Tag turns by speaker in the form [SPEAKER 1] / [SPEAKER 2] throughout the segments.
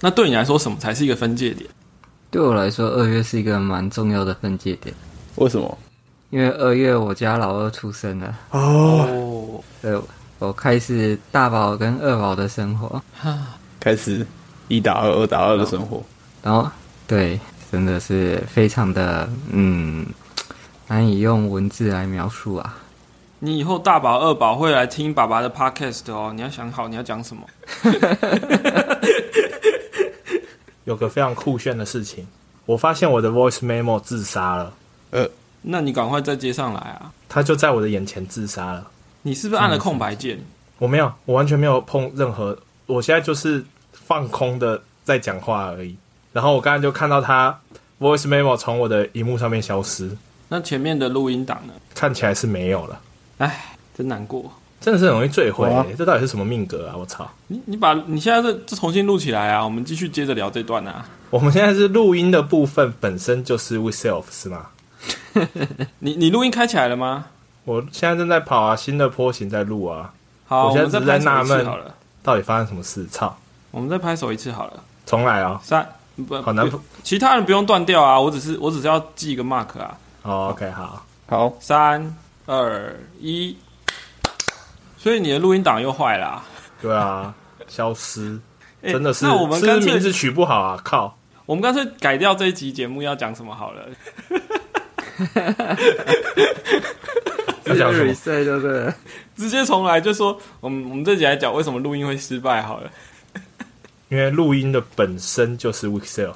[SPEAKER 1] 那对你来说，什么才是一个分界点？
[SPEAKER 2] 对我来说，二月是一个蛮重要的分界点，
[SPEAKER 3] 为什么？
[SPEAKER 2] 因为二月我家老二出生了，
[SPEAKER 3] 哦，
[SPEAKER 1] 哦，
[SPEAKER 2] 对，我开始大宝跟二宝的生活，
[SPEAKER 3] 开始一打二，二打二的生活。
[SPEAKER 2] 然后对，真的是非常的嗯，难以用文字来描述啊。
[SPEAKER 1] 你以后大宝、二宝会来听爸爸的 podcast 哦，你要想好你要讲什么。
[SPEAKER 4] 有个非常酷炫的事情，我发现我的 voice memo 自杀了，
[SPEAKER 1] 那你赶快再接上来啊！
[SPEAKER 4] 它就在我的眼前自杀了。
[SPEAKER 1] 你是不是按了空白键？
[SPEAKER 4] 我没有，我完全没有碰任何，我现在就是放空的在讲话而已。然后我刚才就看到它 voice memo 从我的荧幕上面消失，
[SPEAKER 1] 那前面的录音档呢？
[SPEAKER 4] 看起来是没有了，
[SPEAKER 1] 唉，真难过。
[SPEAKER 4] 真的是很容易坠毁、欸
[SPEAKER 3] 哇
[SPEAKER 4] 这到底是什么命格啊！我操！
[SPEAKER 1] 你你把你现在这这重新录起来啊，我们继续接着聊这段啊。
[SPEAKER 4] 我们现在是录音的部分本身就是 with self 是吗？
[SPEAKER 1] 你你录音开起来了吗？
[SPEAKER 4] 我现在正在跑啊，新的坡形在录啊，
[SPEAKER 1] 好，
[SPEAKER 4] 我
[SPEAKER 1] 我
[SPEAKER 4] 现在
[SPEAKER 1] 们再
[SPEAKER 4] 只是在
[SPEAKER 1] 拍手一
[SPEAKER 4] 纳
[SPEAKER 1] 次
[SPEAKER 4] 闷
[SPEAKER 1] 好了。
[SPEAKER 4] 到底发生什么事？操！
[SPEAKER 1] 我们再拍手一次好了。
[SPEAKER 4] 重来啊、
[SPEAKER 1] 三不
[SPEAKER 4] 好难
[SPEAKER 1] 不其他人不用断掉啊，我只是我只是要记一个 mark 啊。
[SPEAKER 4] 哦，OK，好，
[SPEAKER 3] 好，
[SPEAKER 1] 三二一，所以你的录音档又坏啦、
[SPEAKER 4] 对啊，消失，
[SPEAKER 1] 欸
[SPEAKER 4] 真的是，
[SPEAKER 1] 那我们
[SPEAKER 4] 是
[SPEAKER 1] 干
[SPEAKER 4] 不是名字
[SPEAKER 1] 脆
[SPEAKER 4] 取不好啊，靠！
[SPEAKER 1] 我们干脆改掉这一集节目要讲什么好了。
[SPEAKER 4] 要讲什么？
[SPEAKER 2] reset 就对了。
[SPEAKER 1] 直接重来，就说我们我们这集来讲为什么录音会失败好了。
[SPEAKER 4] 因为录音的本身就是 weak self。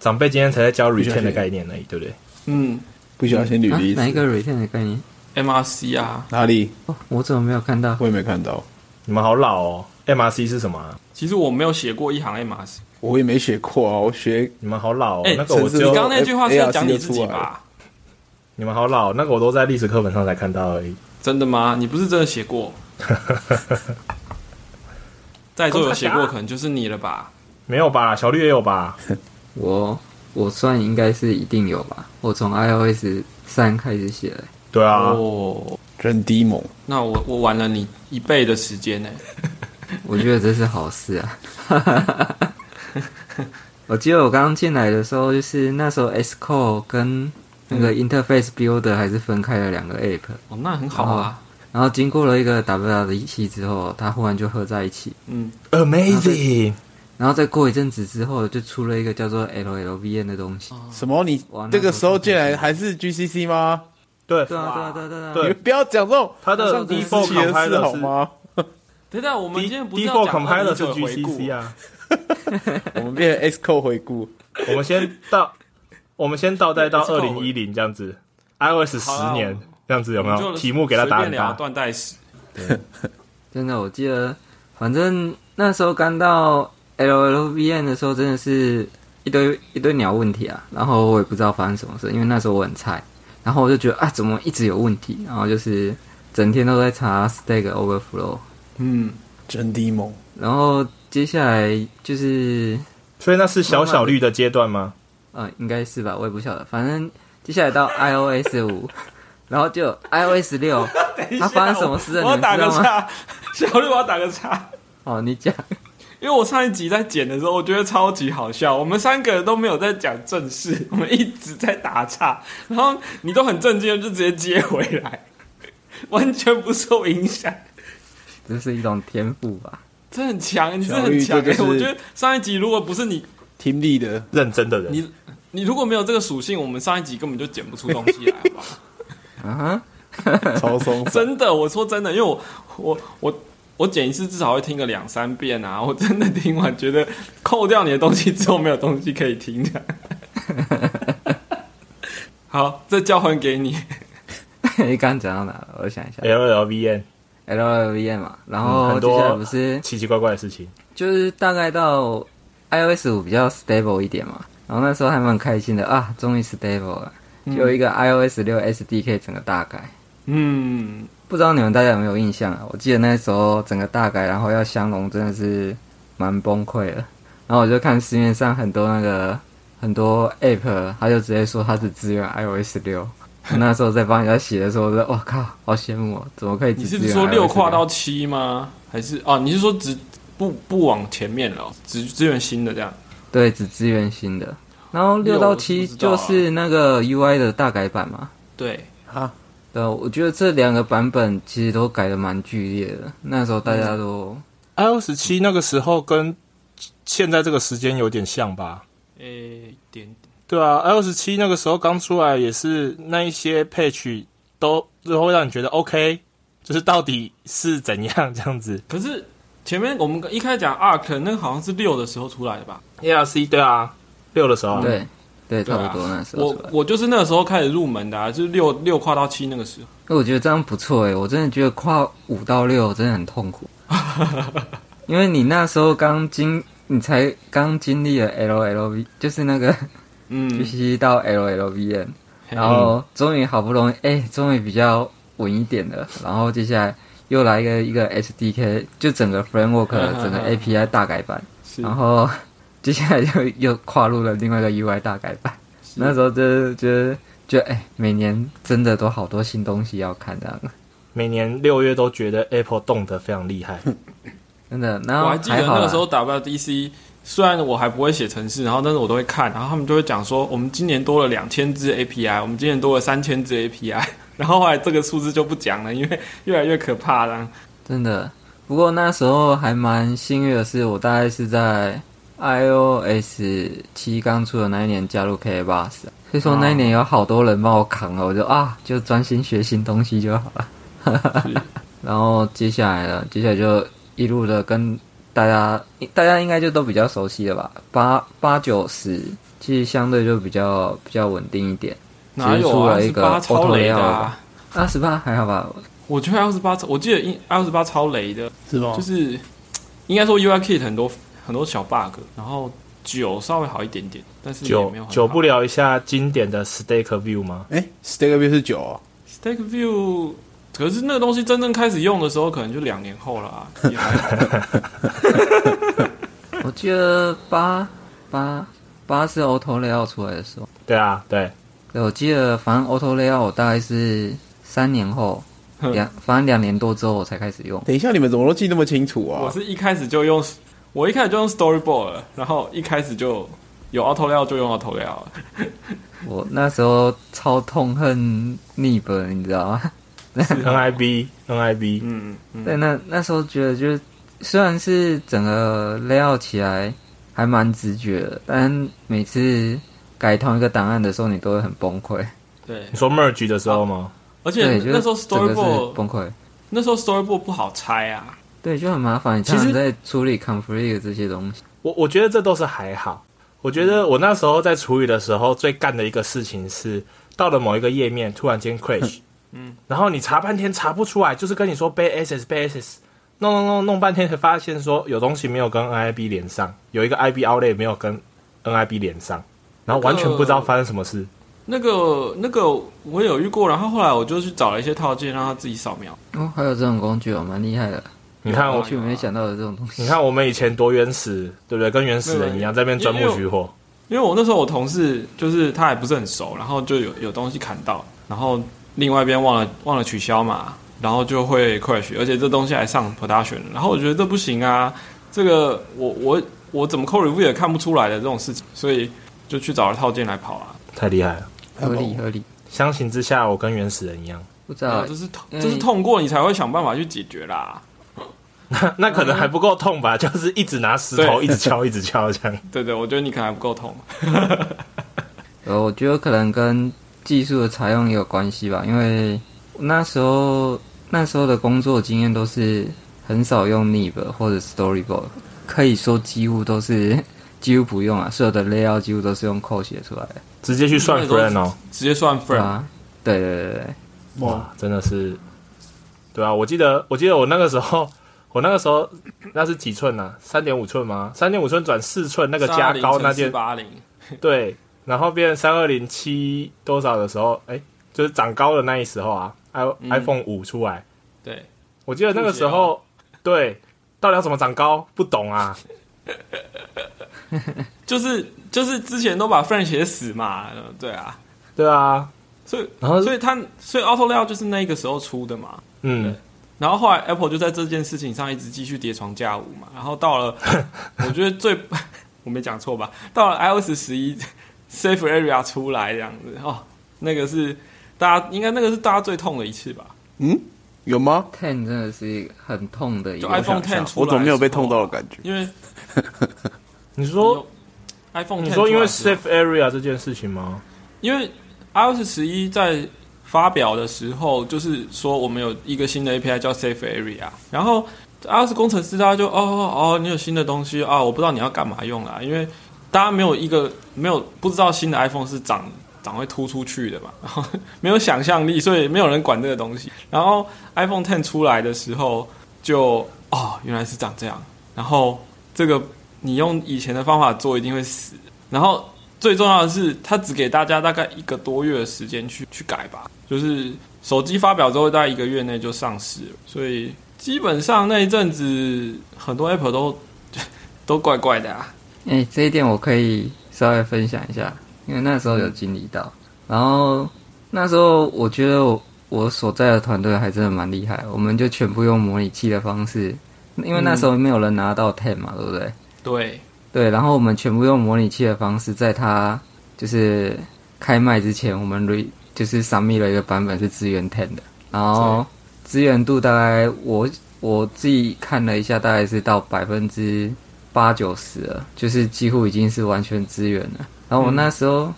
[SPEAKER 4] 长辈今天才在教 return 的概念而已，对不对？
[SPEAKER 1] 嗯
[SPEAKER 3] 不小心捋
[SPEAKER 2] 啊
[SPEAKER 3] 了一
[SPEAKER 2] 哪一
[SPEAKER 3] 次。
[SPEAKER 2] 个 return 的概念？
[SPEAKER 1] ，MRC 啊，
[SPEAKER 3] 哪里？
[SPEAKER 2] 哦，我怎么没有看到？
[SPEAKER 3] 我也没看到，
[SPEAKER 4] 你们好老哦，MRC 是什么啊、
[SPEAKER 1] 其实我没有写过一行 MRC。
[SPEAKER 3] 我也没学过啊。我学
[SPEAKER 4] 你们好老哦，
[SPEAKER 1] 哎、
[SPEAKER 4] 那个我
[SPEAKER 3] 陈志
[SPEAKER 1] 你
[SPEAKER 4] 就
[SPEAKER 1] 刚刚那句话是要讲你自己
[SPEAKER 3] ARC 就出来了
[SPEAKER 1] 吧？
[SPEAKER 4] 你们好老，哦那个我都在历史课本上才看到而已。
[SPEAKER 1] 真的吗？你不是真的写 过？在座有写过，可能就是你了吧？
[SPEAKER 4] 没有吧？小绿也有吧？
[SPEAKER 2] 我我算应该是一定有吧。我从 iOS 三开始写的，
[SPEAKER 4] 对啊，
[SPEAKER 1] 哦，
[SPEAKER 3] 人低猛，
[SPEAKER 1] 那我我玩了你一倍的时间呢、
[SPEAKER 2] 我觉得这是好事啊。 我记得我刚进来的时候，就是那时候 S Core 跟那个 Interface Builder 还是分开了两个 App，
[SPEAKER 1] 哦，那很好啊。
[SPEAKER 2] 然后经过了一个 WWDC 之后，它忽然就合在一起。
[SPEAKER 1] 嗯，
[SPEAKER 4] Amazing！
[SPEAKER 2] 然后再过一阵子之后，就出了一个叫做 LLVN 的东西。
[SPEAKER 3] 什么？你
[SPEAKER 2] 哇
[SPEAKER 3] 这个时候进来还是 GCC 吗？
[SPEAKER 4] 对
[SPEAKER 2] 对啊，对啊，对啊，对啊。
[SPEAKER 4] 对
[SPEAKER 3] 你们不要讲这种
[SPEAKER 4] 它的
[SPEAKER 3] 上古
[SPEAKER 4] default
[SPEAKER 3] 时期的
[SPEAKER 4] compiler
[SPEAKER 3] 事好
[SPEAKER 4] 是
[SPEAKER 3] 吗？
[SPEAKER 1] 等等，我们今天不是要
[SPEAKER 4] default
[SPEAKER 1] 讲
[SPEAKER 4] compiler 是
[SPEAKER 1] 2019回顾
[SPEAKER 4] GCC 啊。
[SPEAKER 3] 我们变成 Xcode 回顾，
[SPEAKER 4] 我们先到，我们先 倒带到
[SPEAKER 1] 这
[SPEAKER 4] 二
[SPEAKER 1] 个
[SPEAKER 4] 零一零这样子，iOS 十
[SPEAKER 1] 好啊我
[SPEAKER 4] 年
[SPEAKER 1] 们
[SPEAKER 4] 这样子有没
[SPEAKER 1] 我们
[SPEAKER 4] 有？
[SPEAKER 1] 就
[SPEAKER 4] 题目给他打
[SPEAKER 1] 随便
[SPEAKER 4] 很
[SPEAKER 1] 聊
[SPEAKER 4] 大，
[SPEAKER 1] 断代史。
[SPEAKER 2] 真的，我记得，反正那时候刚到 LLVN 的时候，真的是一堆一堆鸟问题啊。然后我也不知道发生什么事，因为那时候我很菜。然后我就觉得啊，怎么一直有问题？然后就是整天都在查 Stack Overflow。
[SPEAKER 1] 嗯，
[SPEAKER 3] 真低猛。
[SPEAKER 2] 然后接下来就是
[SPEAKER 4] 所以那是小小绿的阶段吗？
[SPEAKER 2] 呃，应该是吧，我也不晓得。反正接下来到 iOS 五，然后就有 iOS 六， 它发生什么事
[SPEAKER 1] 我
[SPEAKER 2] 了？
[SPEAKER 1] 要
[SPEAKER 2] 你们
[SPEAKER 1] 打
[SPEAKER 2] 知
[SPEAKER 1] 个
[SPEAKER 2] 道吗？
[SPEAKER 1] 叉，小绿，我要打个叉，
[SPEAKER 2] 哦，你讲，
[SPEAKER 1] 因为我上一集在剪的时候，我觉得超级好笑。我们三个人都没有在讲正事， 我们一直在打岔，然后你都很震惊，就直接接回来， 完全不受影响。
[SPEAKER 2] 这是一种天赋吧？
[SPEAKER 1] 这很强，你这
[SPEAKER 3] 小
[SPEAKER 1] 很
[SPEAKER 3] 绿
[SPEAKER 1] 强、
[SPEAKER 3] 这就是
[SPEAKER 1] 欸我觉得上一集如果不是你，
[SPEAKER 3] 听力的
[SPEAKER 4] 认真的人，
[SPEAKER 1] 你你如果没有这个属性，我们上一集根本就剪不出东西来，好吧？
[SPEAKER 2] 啊哈，
[SPEAKER 3] 超松散，
[SPEAKER 1] 真的，我说真的，因为我我我我剪一次至少会听个两三遍啊！我真的听完觉得扣掉你的东西之后没有东西可以听的。 好，这交还给你。
[SPEAKER 2] 你刚刚讲到哪了？我想一下
[SPEAKER 4] L L V N
[SPEAKER 2] ，LLVM 嘛，E 啊然
[SPEAKER 4] 嗯
[SPEAKER 2] 后
[SPEAKER 4] 很
[SPEAKER 2] 接
[SPEAKER 4] 多
[SPEAKER 2] 下来不是
[SPEAKER 4] 奇奇怪怪的事情，
[SPEAKER 2] 就是大概到 iOS 五比较 stable 一点嘛，然后那时候还蛮开心的啊，终于 stable 了，就有一个 iOS 六 SDK 整个大改。
[SPEAKER 1] 嗯，
[SPEAKER 2] 不知道你们大家有没有印象啊？我记得那时候整个大改，然后要相容，真的是蛮崩溃的。然后我就看市面上很多那个很多 App，他就直接说它是支援 iOS 六，我那时候在帮人家写的时候，我说：“哇靠，好羡慕哦，怎么可以
[SPEAKER 1] 你
[SPEAKER 2] 只
[SPEAKER 1] 是
[SPEAKER 2] 支援
[SPEAKER 1] 说六
[SPEAKER 2] iOS
[SPEAKER 1] 跨到七吗？还是哦？你是说只不不往前面了哦，只支援新的这样？
[SPEAKER 2] 对，只支援新的。然后六
[SPEAKER 1] 六我
[SPEAKER 2] 到
[SPEAKER 1] 不
[SPEAKER 2] 七
[SPEAKER 1] 知道啊
[SPEAKER 2] 就是那个 UI 的大改版嘛。
[SPEAKER 1] 对，
[SPEAKER 3] 啊，
[SPEAKER 2] 对，我觉得这两个版本其实都改的蛮剧烈的。那时候大家都
[SPEAKER 4] iOS 七那个时候跟现在这个时间有点像吧？
[SPEAKER 1] 诶、点
[SPEAKER 4] 对啊，iOS 七那个时候刚出来也是那一些 patch 都都会让你觉得 OK，就是到底是怎样这样子
[SPEAKER 1] 可是前面我们一开始讲 Arc 那个好像是六的时候出来的吧？
[SPEAKER 4] ？ARC 对啊，六的时候，
[SPEAKER 2] 对对，
[SPEAKER 1] 对啊
[SPEAKER 2] 差不多那时候
[SPEAKER 1] 我
[SPEAKER 2] 出来。
[SPEAKER 1] 我就是那个时候开始入门的、啊，就是六六跨到七那个时候。
[SPEAKER 2] 那我觉得这样不错欸诶，我真的觉得跨五到六真的很 痛苦，因为你那时候刚经，你才刚经历了 LLV，就是那个
[SPEAKER 1] 嗯，
[SPEAKER 2] PC 到 LLVN，
[SPEAKER 1] 嘿
[SPEAKER 2] 然后终于好不容易，哎、终于比较稳一点了。然后接下来又来一个一个 SDK，就整个 framework
[SPEAKER 1] 嗯嗯
[SPEAKER 2] 整个
[SPEAKER 1] 嗯
[SPEAKER 2] API 大改版，
[SPEAKER 1] 是
[SPEAKER 2] 然后接下来就又跨入了另外一个 UI 大改版。那时候就觉得，就哎、每年真的都好多新东西要看，这样
[SPEAKER 4] 每年六月都觉得 Apple 动得非常 厉害。
[SPEAKER 2] 真的。然
[SPEAKER 1] 我
[SPEAKER 2] 后
[SPEAKER 1] 还记得
[SPEAKER 2] 好
[SPEAKER 1] 那个
[SPEAKER 2] 啦
[SPEAKER 1] 时候 WDC，虽然我还不会写程式，然后但是我都会看，然后他们就会讲说，我们今年多了两千只 API，我们今年多了三千只 API，然 后后来这个数字就不讲了，因为越来越可怕了。
[SPEAKER 2] 真的。不过那时候还蛮幸运的是，我大概是在 iOS 七刚出的那一年加入 K 八十，所以说那一年有好多人帮我扛了，我就啊就专心学新东西就好了。 然后接下来呢，接下来就一路的跟大家，大家应该就都比较熟悉了吧？八八九十其实相对就比较比较稳定一点。
[SPEAKER 1] 哪有
[SPEAKER 2] 出
[SPEAKER 1] 啊？
[SPEAKER 2] 了一
[SPEAKER 1] 十
[SPEAKER 2] 个
[SPEAKER 1] 八超雷的、
[SPEAKER 2] Autolayout
[SPEAKER 1] 啊
[SPEAKER 2] 吧。二十八还好吧？
[SPEAKER 1] 我觉得 L 十八，我记得 L 十八超雷的，
[SPEAKER 2] 哦
[SPEAKER 3] 是吗
[SPEAKER 1] 就？是应该说 UI Kit 很多很多小 bug，然后九稍微好一点点，但是也
[SPEAKER 4] 久
[SPEAKER 1] 没有很好
[SPEAKER 4] 久不聊一下经典的 Stack View 吗？
[SPEAKER 3] 哎，Stack View 是九哦，
[SPEAKER 1] Stack View，可是那个东西真正开始用的时候，可能就两年后了 啊。也还好
[SPEAKER 2] 我记得八八八是 Auto Layout 出来的时候，
[SPEAKER 4] 对啊， 对，
[SPEAKER 2] 对，我记得反正 Auto Layout 我大概是三年后，
[SPEAKER 1] 哼
[SPEAKER 2] 两反正两年多之后我才开始用。
[SPEAKER 3] 等一下，你们怎么都记那么清楚
[SPEAKER 1] 我
[SPEAKER 3] 啊？
[SPEAKER 1] 是一开始就用，我一开始就用 Storyboard 了，然后一开始就有 Auto Layout 就用 Auto Layout 了。
[SPEAKER 2] 我那时候超痛恨 Nib，你知道吗？
[SPEAKER 4] NIB NIB，
[SPEAKER 1] 嗯嗯，
[SPEAKER 2] 对，那那时候觉得就是虽然是整个 Layout 起来还蛮直觉的，但每次改同一个档案的时候，你都会很崩溃。
[SPEAKER 1] 对
[SPEAKER 4] 你，说 Merge 的时候吗？
[SPEAKER 1] 而且
[SPEAKER 2] 对，就是
[SPEAKER 1] 那时候
[SPEAKER 2] 整个是
[SPEAKER 1] Storyboard
[SPEAKER 2] 崩溃。
[SPEAKER 1] 那时候 Storyboard 不好拆啊。
[SPEAKER 2] 对，就很麻烦。你
[SPEAKER 4] 其实
[SPEAKER 2] 常常在处理 config 这些东西。
[SPEAKER 4] 我我觉得这都是还好。我觉
[SPEAKER 1] 嗯
[SPEAKER 4] 得我那时候在处理的时候，最干的一个事情是，到了某一个页面突然 间 crash，嗯，然后你查半天查不出来，就是跟你说被 SS 被 SS，弄弄弄弄半天才发现说有东西没有跟 NIB 连上，有一个 IB outlet 没有跟 NIB 连上，然后完全不知道发生什么事。
[SPEAKER 1] 那个那个我有遇过，然后后来我就去找了一些套件，让它自己扫描。
[SPEAKER 2] 哦，还有这种工具哦，蛮厉害的。
[SPEAKER 4] 你看
[SPEAKER 1] 有
[SPEAKER 4] 我
[SPEAKER 1] 啊
[SPEAKER 2] 去没想到有这种东西。
[SPEAKER 4] 你看我们以前多原始，对不对？跟原始人一样，在那边钻木取火。
[SPEAKER 1] 因为我那时候我同事就是他还不是很熟，然后就有有东西砍到，然后另外一边忘了忘了取消嘛，然后就会 crash，而且这东西还上 production，了然后我觉得这不行啊，这个我我我怎么扣 review 也看不出来的这种事情，所以就去找了套件来跑啊。
[SPEAKER 4] 太厉害了！
[SPEAKER 2] 合理合理，
[SPEAKER 4] 相形之下，我跟原始人一样，
[SPEAKER 2] 不知道
[SPEAKER 1] 啊这是痛
[SPEAKER 2] 因
[SPEAKER 1] 这
[SPEAKER 2] 为
[SPEAKER 1] 是痛过你才会想办法去解决啦。
[SPEAKER 4] 那可能还不够痛吧？就是一直拿石头
[SPEAKER 1] 嗯对
[SPEAKER 4] 一直敲，一直敲这样。
[SPEAKER 1] 对对，我觉得你可能还不够痛。
[SPEAKER 2] 呃，我觉得可能跟技术的采用也有关系吧，因为那时候那时候的工作经验都是很少用 Nib 或者 Storyboard，可以说几乎都是 几乎不用啊，所有的 layout 几乎都是用 code 写出来的。
[SPEAKER 4] 直接去算 friend 哦，
[SPEAKER 1] 直接算 frame，、
[SPEAKER 2] 啊，对对对对，
[SPEAKER 3] 哇，
[SPEAKER 4] 哇，真的是，对啊，我记得，我记得我那个时候，我那个时候那是几寸啊？三点五寸吗？三点五寸转四寸，那个加高那件，
[SPEAKER 1] 八零，
[SPEAKER 4] 对，然后变成三二零七多少的时候，哎、就是长高的那一时候啊，i
[SPEAKER 1] 嗯
[SPEAKER 4] iPhone 五出来，
[SPEAKER 1] 对，
[SPEAKER 4] 我记得那个时候，对，到底要怎么长高不懂啊？
[SPEAKER 1] 就是就是之前都把 frame 写死嘛，呃对啊，
[SPEAKER 4] 对啊，
[SPEAKER 1] 所以
[SPEAKER 4] 然后
[SPEAKER 1] 所以它所以 Auto Layout 就是那个时候出的嘛。
[SPEAKER 4] 嗯，
[SPEAKER 1] 然后后来 Apple 就在这件事情上一直继续叠床架舞嘛，然后到 了我觉得最 我没讲错吧？到了 iOS 十一 Safe Area 出来这样子哦，那个是大家应该那个是大家最痛的一次吧？
[SPEAKER 3] 嗯，有吗？
[SPEAKER 2] Ten 真的是一个很痛的一
[SPEAKER 1] 就
[SPEAKER 2] 个
[SPEAKER 1] iPhone
[SPEAKER 3] 我想一
[SPEAKER 1] Ten
[SPEAKER 3] 下
[SPEAKER 1] 出来，
[SPEAKER 3] 我怎么没有被痛到？的感觉？
[SPEAKER 1] 因为你
[SPEAKER 4] 你
[SPEAKER 1] 有
[SPEAKER 4] 说
[SPEAKER 1] iPhone
[SPEAKER 4] 你
[SPEAKER 1] 10
[SPEAKER 4] 说因为
[SPEAKER 1] 出来的时候
[SPEAKER 4] safe area 这件事情吗？
[SPEAKER 1] 因为 iOS 十一在发表的时候，就是说我们有一个新的 API 叫 Safe Area，然后 iOS 工程师大家就哦哦哦，你有新的东西啊，我不知道你要干嘛用啊啦，因为大家没有一个没有不知道新的 iPhone 是长长会突出去的嘛， 然后没有想象力，所以没有人管这个东西。然后 iPhone Ten 出来的时候就，哦原来是长这样，然后这个你用以前的方法做一定会死，然后最重要的是，它只给大家大概一个多月的时间去去改吧，就是手机发表之后，大概一个月内就上市了，所以基本上那一阵子很多 Apple 都 都怪怪的啊。
[SPEAKER 2] 哎、这一点我可以稍微分享一下，因为那时候有经历到。然后那时候我觉得我我所在的团队还真的蛮厉害，我们就全部用模拟器的方式，因为那时候没有人拿到 Ten 嘛，对不对？
[SPEAKER 1] 对，
[SPEAKER 2] 对，然后我们全部用模拟器的方式，在它就是开卖之前，我们 re 就是上密了一个版本是支援 Ten 的，然后支援度大概我我自己看了一下，大概是到百分之八九十了，就是几乎已经是完全支援了。然后我那时候、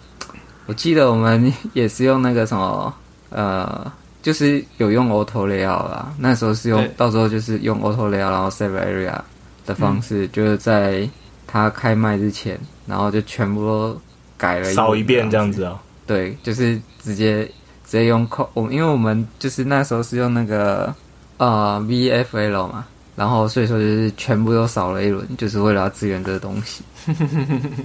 [SPEAKER 2] 我记得我们也是用那个什么呃。就是有用 Auto Layout 啦，那时候是用
[SPEAKER 1] 对，
[SPEAKER 2] 到时候就是用 Auto Layout，然后 Save Area 的方式，就是在他开卖之前，然后就全部都改
[SPEAKER 3] 哎
[SPEAKER 2] 了
[SPEAKER 4] 扫一遍这样
[SPEAKER 2] 子。
[SPEAKER 4] 子啊？
[SPEAKER 2] 对，就是直接直接用扣我们，因为我们就是那时候是用那个呃 VFL 嘛，然后所以说就是全部都扫了一轮，就是为了要支援这个东西。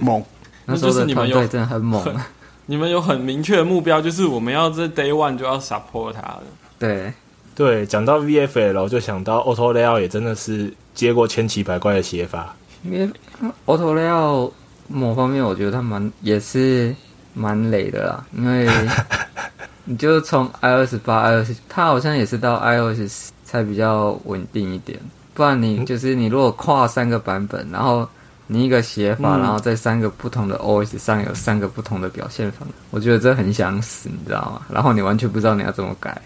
[SPEAKER 3] 猛，
[SPEAKER 1] 那
[SPEAKER 2] 那时
[SPEAKER 1] 就
[SPEAKER 2] 候
[SPEAKER 1] 是
[SPEAKER 2] 的
[SPEAKER 1] 你们
[SPEAKER 2] 团
[SPEAKER 1] 有
[SPEAKER 2] 队真的很猛，啊
[SPEAKER 1] 你们有很明确的目标，就是我们要在 Day One 就要 support 它了。
[SPEAKER 2] 对，
[SPEAKER 4] 对，讲到 VFL，我就想到 Auto Layout 也真的是接过千奇百怪的写法。
[SPEAKER 2] 因为 Auto Layout 某方面我觉得它蛮也是蛮累的啦，因 为你就从 iOS 八、iOS，它好像也是到 iOS 才比较稳定一点。不然你
[SPEAKER 4] 嗯
[SPEAKER 2] 就是你如果跨三个版本，然后你一个写法，
[SPEAKER 1] 嗯
[SPEAKER 2] 然后在三个不同的 OS 上有三个不同的表现方，我觉得这很想死，你知道吗？然后你完全不知道你要怎么改。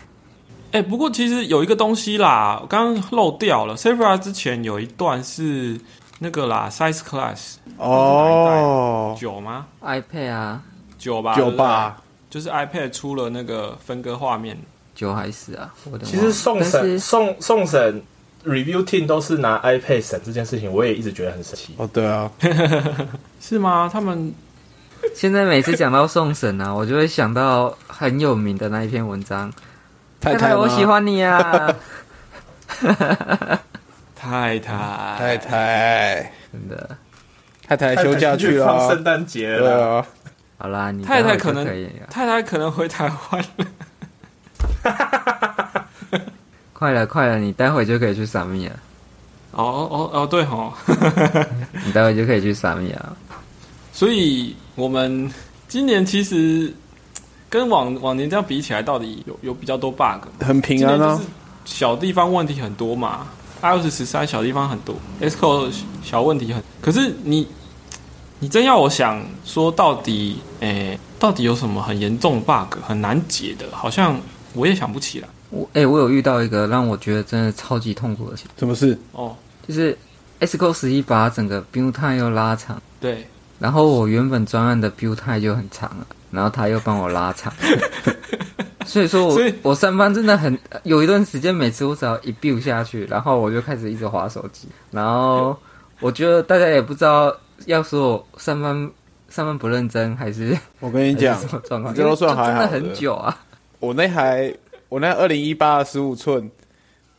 [SPEAKER 1] 哎、不过其实有一个东西啦，我刚刚漏掉了。Safra 之前有一段是那个啦，Size Class
[SPEAKER 3] 哦，
[SPEAKER 1] 九吗？
[SPEAKER 2] iPad 啊，
[SPEAKER 1] 九吧，
[SPEAKER 3] 酒吧
[SPEAKER 1] 对不对，就是 iPad 出了那个分割画面。
[SPEAKER 2] 九还是啊，我的
[SPEAKER 4] 其实送审、
[SPEAKER 2] 但是
[SPEAKER 4] 送送审 review team 都是拿 iPad 审这件事情，我也一直觉得很神奇。
[SPEAKER 3] 哦，对啊，
[SPEAKER 1] 是吗？他们
[SPEAKER 2] 现在每次讲到送审啊， 我就会想到很有名的那一篇文章，哎
[SPEAKER 3] 太
[SPEAKER 2] 太太，
[SPEAKER 3] 太，
[SPEAKER 2] 我喜，欢你 啊！
[SPEAKER 1] 太太
[SPEAKER 3] 太太，
[SPEAKER 2] 真的，
[SPEAKER 3] 太太休假去了
[SPEAKER 4] 放
[SPEAKER 3] 啊，
[SPEAKER 4] 圣诞节
[SPEAKER 3] 对
[SPEAKER 4] 了。
[SPEAKER 3] 啊，
[SPEAKER 2] 好啦，你
[SPEAKER 1] 太太
[SPEAKER 2] 待会
[SPEAKER 1] 可
[SPEAKER 2] 就
[SPEAKER 1] 能
[SPEAKER 2] 可以啊了
[SPEAKER 1] 太太可能回台湾了。
[SPEAKER 2] 快了，快了，你待会就可以去啊撒米亚，
[SPEAKER 1] 哦哦哦， 对吼，
[SPEAKER 2] 你待会就可以去啊撒米亚。
[SPEAKER 1] 所以我们今年其实跟往往年这样比起来，到底有有比较多 bug 吗？
[SPEAKER 3] 很平安
[SPEAKER 1] 今年
[SPEAKER 3] 啊
[SPEAKER 1] 就是，小地方问题很多嘛，iOS 十三小地方很多，Xcode 小问题很。可是你，你真要我想说，到底，诶、到底有什么很严重的 bug 很难解的？好像我也想不起来。
[SPEAKER 2] 我哎、我有遇到一个让我觉得真的超级痛苦的事，
[SPEAKER 3] 什么事？
[SPEAKER 1] 哦，
[SPEAKER 2] 就是 S Q 十一把整个 build time 又拉长，
[SPEAKER 1] 对，
[SPEAKER 2] 然后我原本专案的 build time 就很长了，然后他又帮我拉长， 所以说我
[SPEAKER 1] 所以
[SPEAKER 2] 我上班真的很有一段时间，每次我只要一 build 下去，然后我就开始一直划手机，然后我觉得大家也不知道要说我上班上班不认真还是
[SPEAKER 3] 我跟你
[SPEAKER 2] 还
[SPEAKER 3] 讲
[SPEAKER 2] 是，什么状况，
[SPEAKER 3] 你这都算
[SPEAKER 2] 因为
[SPEAKER 3] 还
[SPEAKER 2] 真
[SPEAKER 3] 好
[SPEAKER 2] 的
[SPEAKER 3] 的
[SPEAKER 2] 很久啊。
[SPEAKER 3] 我那台我那二零一八的十五寸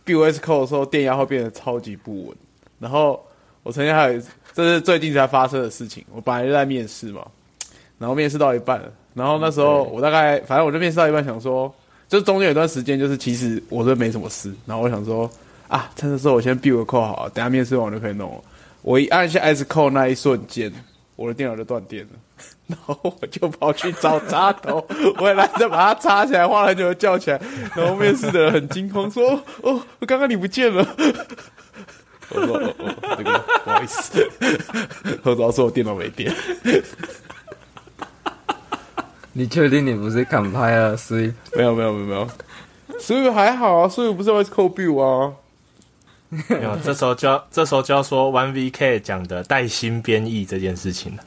[SPEAKER 3] BOS 扣的时候，电压会变得超级不稳。然后我曾经还有一次，这是最近才发生的事情。我本来就在面试嘛，然后面试到一半了，然后那时候我大概反正我就面试到一半，想说，就中间有段时间，就是其实我这没什么事，然后我想说啊，趁这时候我先 B 个扣好了，等下面试完我就可以弄了。我一按下 S 扣那一瞬间，我的电脑就断电了， 然后我就跑去找插头，我也懒得把它插起来，花了很久就叫起来，然后面试的人很惊慌，说：“哦，哦刚刚你不见了。”我说：“哦哦，那个不好意思， 我主要是我电脑没电。”
[SPEAKER 2] 你确定你不是 compile sweep？
[SPEAKER 3] 没有没有没有没有，所以还好啊，所以不是 always call b i l 啊。
[SPEAKER 4] 没有，这时候就要这时候就要说 One VK 讲的带薪编译这件事情了。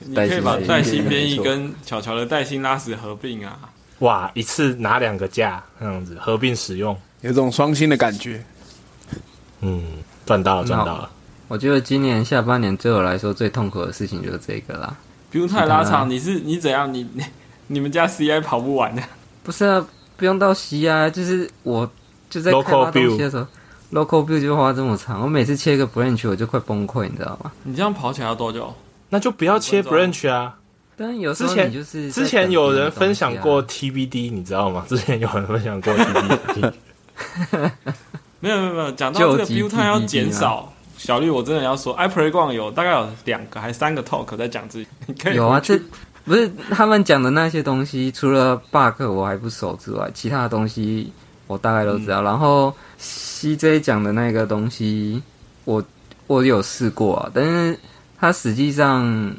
[SPEAKER 1] 你
[SPEAKER 2] 带
[SPEAKER 1] 可
[SPEAKER 2] 薪
[SPEAKER 1] 以把
[SPEAKER 2] 编译
[SPEAKER 1] 带薪编
[SPEAKER 2] 没
[SPEAKER 1] 译
[SPEAKER 2] 错
[SPEAKER 1] 跟巧巧的带薪拉屎合并啊，
[SPEAKER 4] 哇，一次拿两个价那样子合并使用，
[SPEAKER 3] 有种双薪的感觉。
[SPEAKER 4] 嗯，赚到了赚到了。
[SPEAKER 2] 我觉得今年下半年对我来说最痛苦的事情就是这个啦。
[SPEAKER 1] 不用太拉
[SPEAKER 2] 是的啊
[SPEAKER 1] 长。你是你怎样？你 你你们家 CI 跑不完的、
[SPEAKER 2] 不是啊，不用到西啊，就是我就在
[SPEAKER 4] Local
[SPEAKER 2] 开发东西的时候，local build 就花这么长，我每次切一个 branch 我就快崩溃，你知道吗？
[SPEAKER 1] 你这样跑起来要多久？
[SPEAKER 4] 那就不要切
[SPEAKER 1] 五分
[SPEAKER 4] branch 啊。
[SPEAKER 2] 但有时
[SPEAKER 4] 之
[SPEAKER 2] 候
[SPEAKER 4] 前
[SPEAKER 2] 你就是在
[SPEAKER 4] 之前
[SPEAKER 2] 等
[SPEAKER 4] 有
[SPEAKER 2] 别的
[SPEAKER 4] 人分享过
[SPEAKER 2] 东
[SPEAKER 4] TBD，你知道吗？之 前有人分享过 TBD，
[SPEAKER 1] 没有没有没有，讲到这个
[SPEAKER 2] 就急
[SPEAKER 1] build time 要
[SPEAKER 2] PPT
[SPEAKER 1] 减少。小绿，我真的要说，iPlay 逛有大概有两个还三个 talk 在讲这，你可
[SPEAKER 2] 西啊
[SPEAKER 1] 以
[SPEAKER 2] 有啊，这不是他们讲的那些东西，除了 bug 我还不熟之外，其他的东西我大概都知
[SPEAKER 4] 嗯
[SPEAKER 2] 道。然后 CJ 讲的那个东西，我我有试过啊，但是它实际上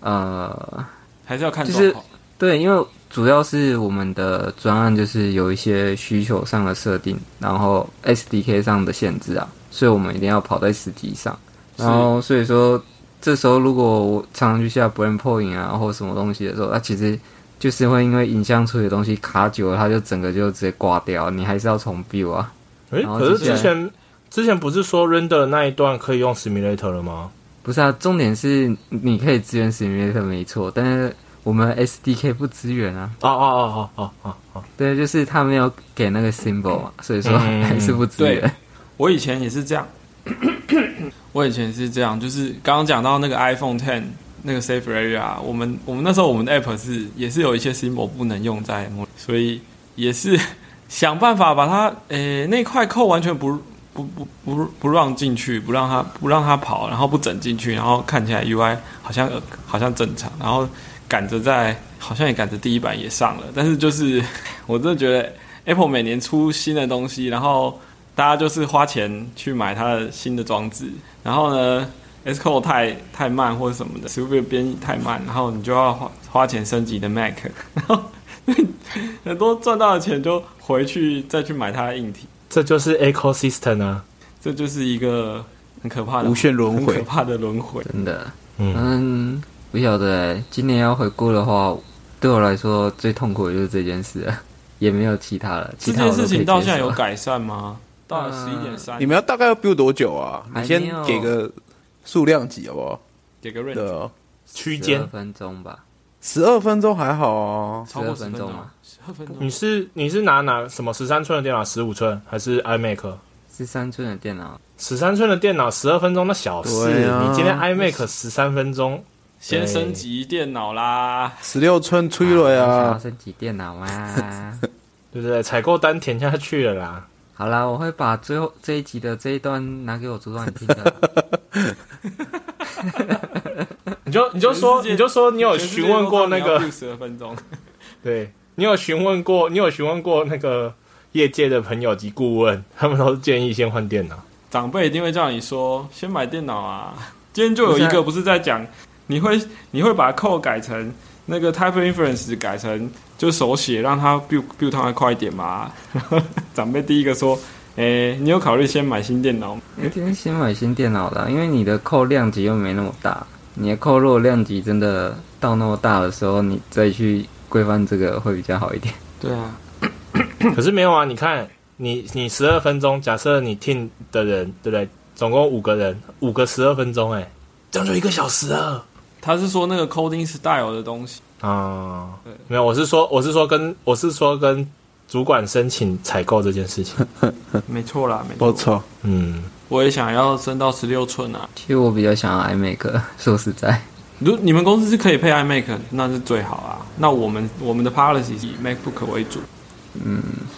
[SPEAKER 2] 呃。
[SPEAKER 1] 还是要看
[SPEAKER 2] 就
[SPEAKER 1] 状
[SPEAKER 2] 是
[SPEAKER 1] 况。
[SPEAKER 2] 对，因为主要是我们的专案就是有一些需求上的设定，然后 SDK 上的限制啊，所以我们一定要跑在实际上。然后所以说，这时候如果我常常去下 brain point 啊，或什么东西的时候，它、其实就是会因为影像处理的东西卡久了，它就整个就直接挂掉，啊你还是要重 build 啊。
[SPEAKER 4] 诶，
[SPEAKER 2] 然后
[SPEAKER 4] 可是
[SPEAKER 2] 接下
[SPEAKER 4] 之
[SPEAKER 2] 来
[SPEAKER 4] 前之前不是说 render 的那一段可以用 simulator 了吗？
[SPEAKER 2] 不是啊，重点是你可以支援 simulator 没错，但是我们 SDK 不支援啊。
[SPEAKER 4] 哦哦哦哦哦哦哦，
[SPEAKER 2] 对，就是他没有给那个 symbol 嘛，所以说
[SPEAKER 4] 嗯
[SPEAKER 2] 还是不支援。
[SPEAKER 1] 对我以前也是这样， 我以前也是这样，就是刚刚讲到那个 iPhone Ten 那个 Safe Area，啊我们我们那时候我们的 App 是也是有一些 symbol 不能用在模，所以也是 想办法把它诶、那块扣完全不不不不不让进去，不让它不让它跑，然后不整进去，然后看起来 UI 好像好像正常，然后赶着在好像也赶着第一版也上了，但是就是 我真的觉得 Apple 每年出新的东西，然后。大家就是花钱去买它的新的装置，然后呢，S c o 太太慢或者什么的 s u p e r 编译太慢，然后你就要花花钱升级的 Mac，然 后很多赚到的钱就回去再去买它的硬体，
[SPEAKER 4] 这就是 ecosystem 啊。
[SPEAKER 1] 这就是一个很可怕的
[SPEAKER 3] 无限轮
[SPEAKER 1] 很
[SPEAKER 3] 回
[SPEAKER 1] 可，怕的轮回。
[SPEAKER 2] 真的，
[SPEAKER 4] 嗯，
[SPEAKER 2] 嗯，不晓得欸、今年要回顾的话，对我来说最痛苦的就是这件事 了，也没有其他了。
[SPEAKER 1] 这
[SPEAKER 2] 其他
[SPEAKER 1] 件
[SPEAKER 2] 我都可
[SPEAKER 1] 事
[SPEAKER 2] 以
[SPEAKER 1] 情到
[SPEAKER 2] 接
[SPEAKER 1] 现在
[SPEAKER 2] 受
[SPEAKER 1] 有改善吗？到了十一点三
[SPEAKER 4] 呃
[SPEAKER 3] 你，们要大概要 build 多久啊？
[SPEAKER 2] 还
[SPEAKER 3] 你
[SPEAKER 2] 没
[SPEAKER 3] 先
[SPEAKER 2] 有
[SPEAKER 3] 给个数量级好不好？
[SPEAKER 1] 给个 range，
[SPEAKER 3] 对
[SPEAKER 4] 呃
[SPEAKER 3] 啊，
[SPEAKER 4] 区
[SPEAKER 2] 12
[SPEAKER 4] 间，
[SPEAKER 2] 分钟吧，
[SPEAKER 3] 十二分钟还好啊。
[SPEAKER 1] 超过
[SPEAKER 2] 12
[SPEAKER 1] 十分
[SPEAKER 2] 分钟
[SPEAKER 1] 钟
[SPEAKER 2] 吗，
[SPEAKER 1] 十二分
[SPEAKER 4] 你
[SPEAKER 1] 钟，
[SPEAKER 4] 是你是拿哪什么十三寸的电脑，十五寸还是 iMac？
[SPEAKER 2] 是三寸的电脑，
[SPEAKER 4] 十三寸的电脑十二分钟那小事，
[SPEAKER 3] 对啊
[SPEAKER 4] 你今天 iMac 十三分钟，
[SPEAKER 1] 先升级电脑啦。
[SPEAKER 3] 十六寸吹了
[SPEAKER 2] 啊想要
[SPEAKER 3] 呀，
[SPEAKER 2] 升级电脑吗？
[SPEAKER 4] 对不对？采购单填下去了啦。
[SPEAKER 2] 好啦，我会把最后这一集的这一段拿给我主管听 的。
[SPEAKER 4] 你就你就
[SPEAKER 1] 全
[SPEAKER 4] 说
[SPEAKER 1] 世界
[SPEAKER 4] 你就说你有询问过那个，
[SPEAKER 1] 十二分钟，
[SPEAKER 4] 对你有询问过你有询问过那个业界的朋友及顾问，他们都是建议先换电 脑。
[SPEAKER 1] 长辈一定会叫你说先买电脑啊。 今天就有一个不是在讲，你会你会把扣改成那个 type inference 改成就手写，让它 build build 它快一点嘛。 长辈第一个说，诶、你有考虑先买新电脑吗？
[SPEAKER 2] 一定是先买新电脑的啊、因为你的扣量级又没那么大，你的扣肉量级真的到那么大的时候，你再去规范这个会比较好一点。
[SPEAKER 1] 对啊，
[SPEAKER 4] 可是没有啊，你看你你十二分钟，假设你 team 的人对不对？总共五个人，五个十二分钟、哎，这样就一个小时了。
[SPEAKER 1] 他是说那个 coding style 的东西，
[SPEAKER 4] 啊、
[SPEAKER 1] 对
[SPEAKER 4] 没有，我是说我是说跟我是说跟主管申请采购这件事情。
[SPEAKER 1] 没错啦，没
[SPEAKER 3] 不
[SPEAKER 1] 错。
[SPEAKER 3] 错。
[SPEAKER 4] 嗯，
[SPEAKER 1] 我也想要升到十六寸啊。
[SPEAKER 2] 其实我比较想要 iMac，说实在，
[SPEAKER 1] 如你们公司是可以配 iMac，那是最好啊。那我们我们的 policy 是以 MacBook 为主。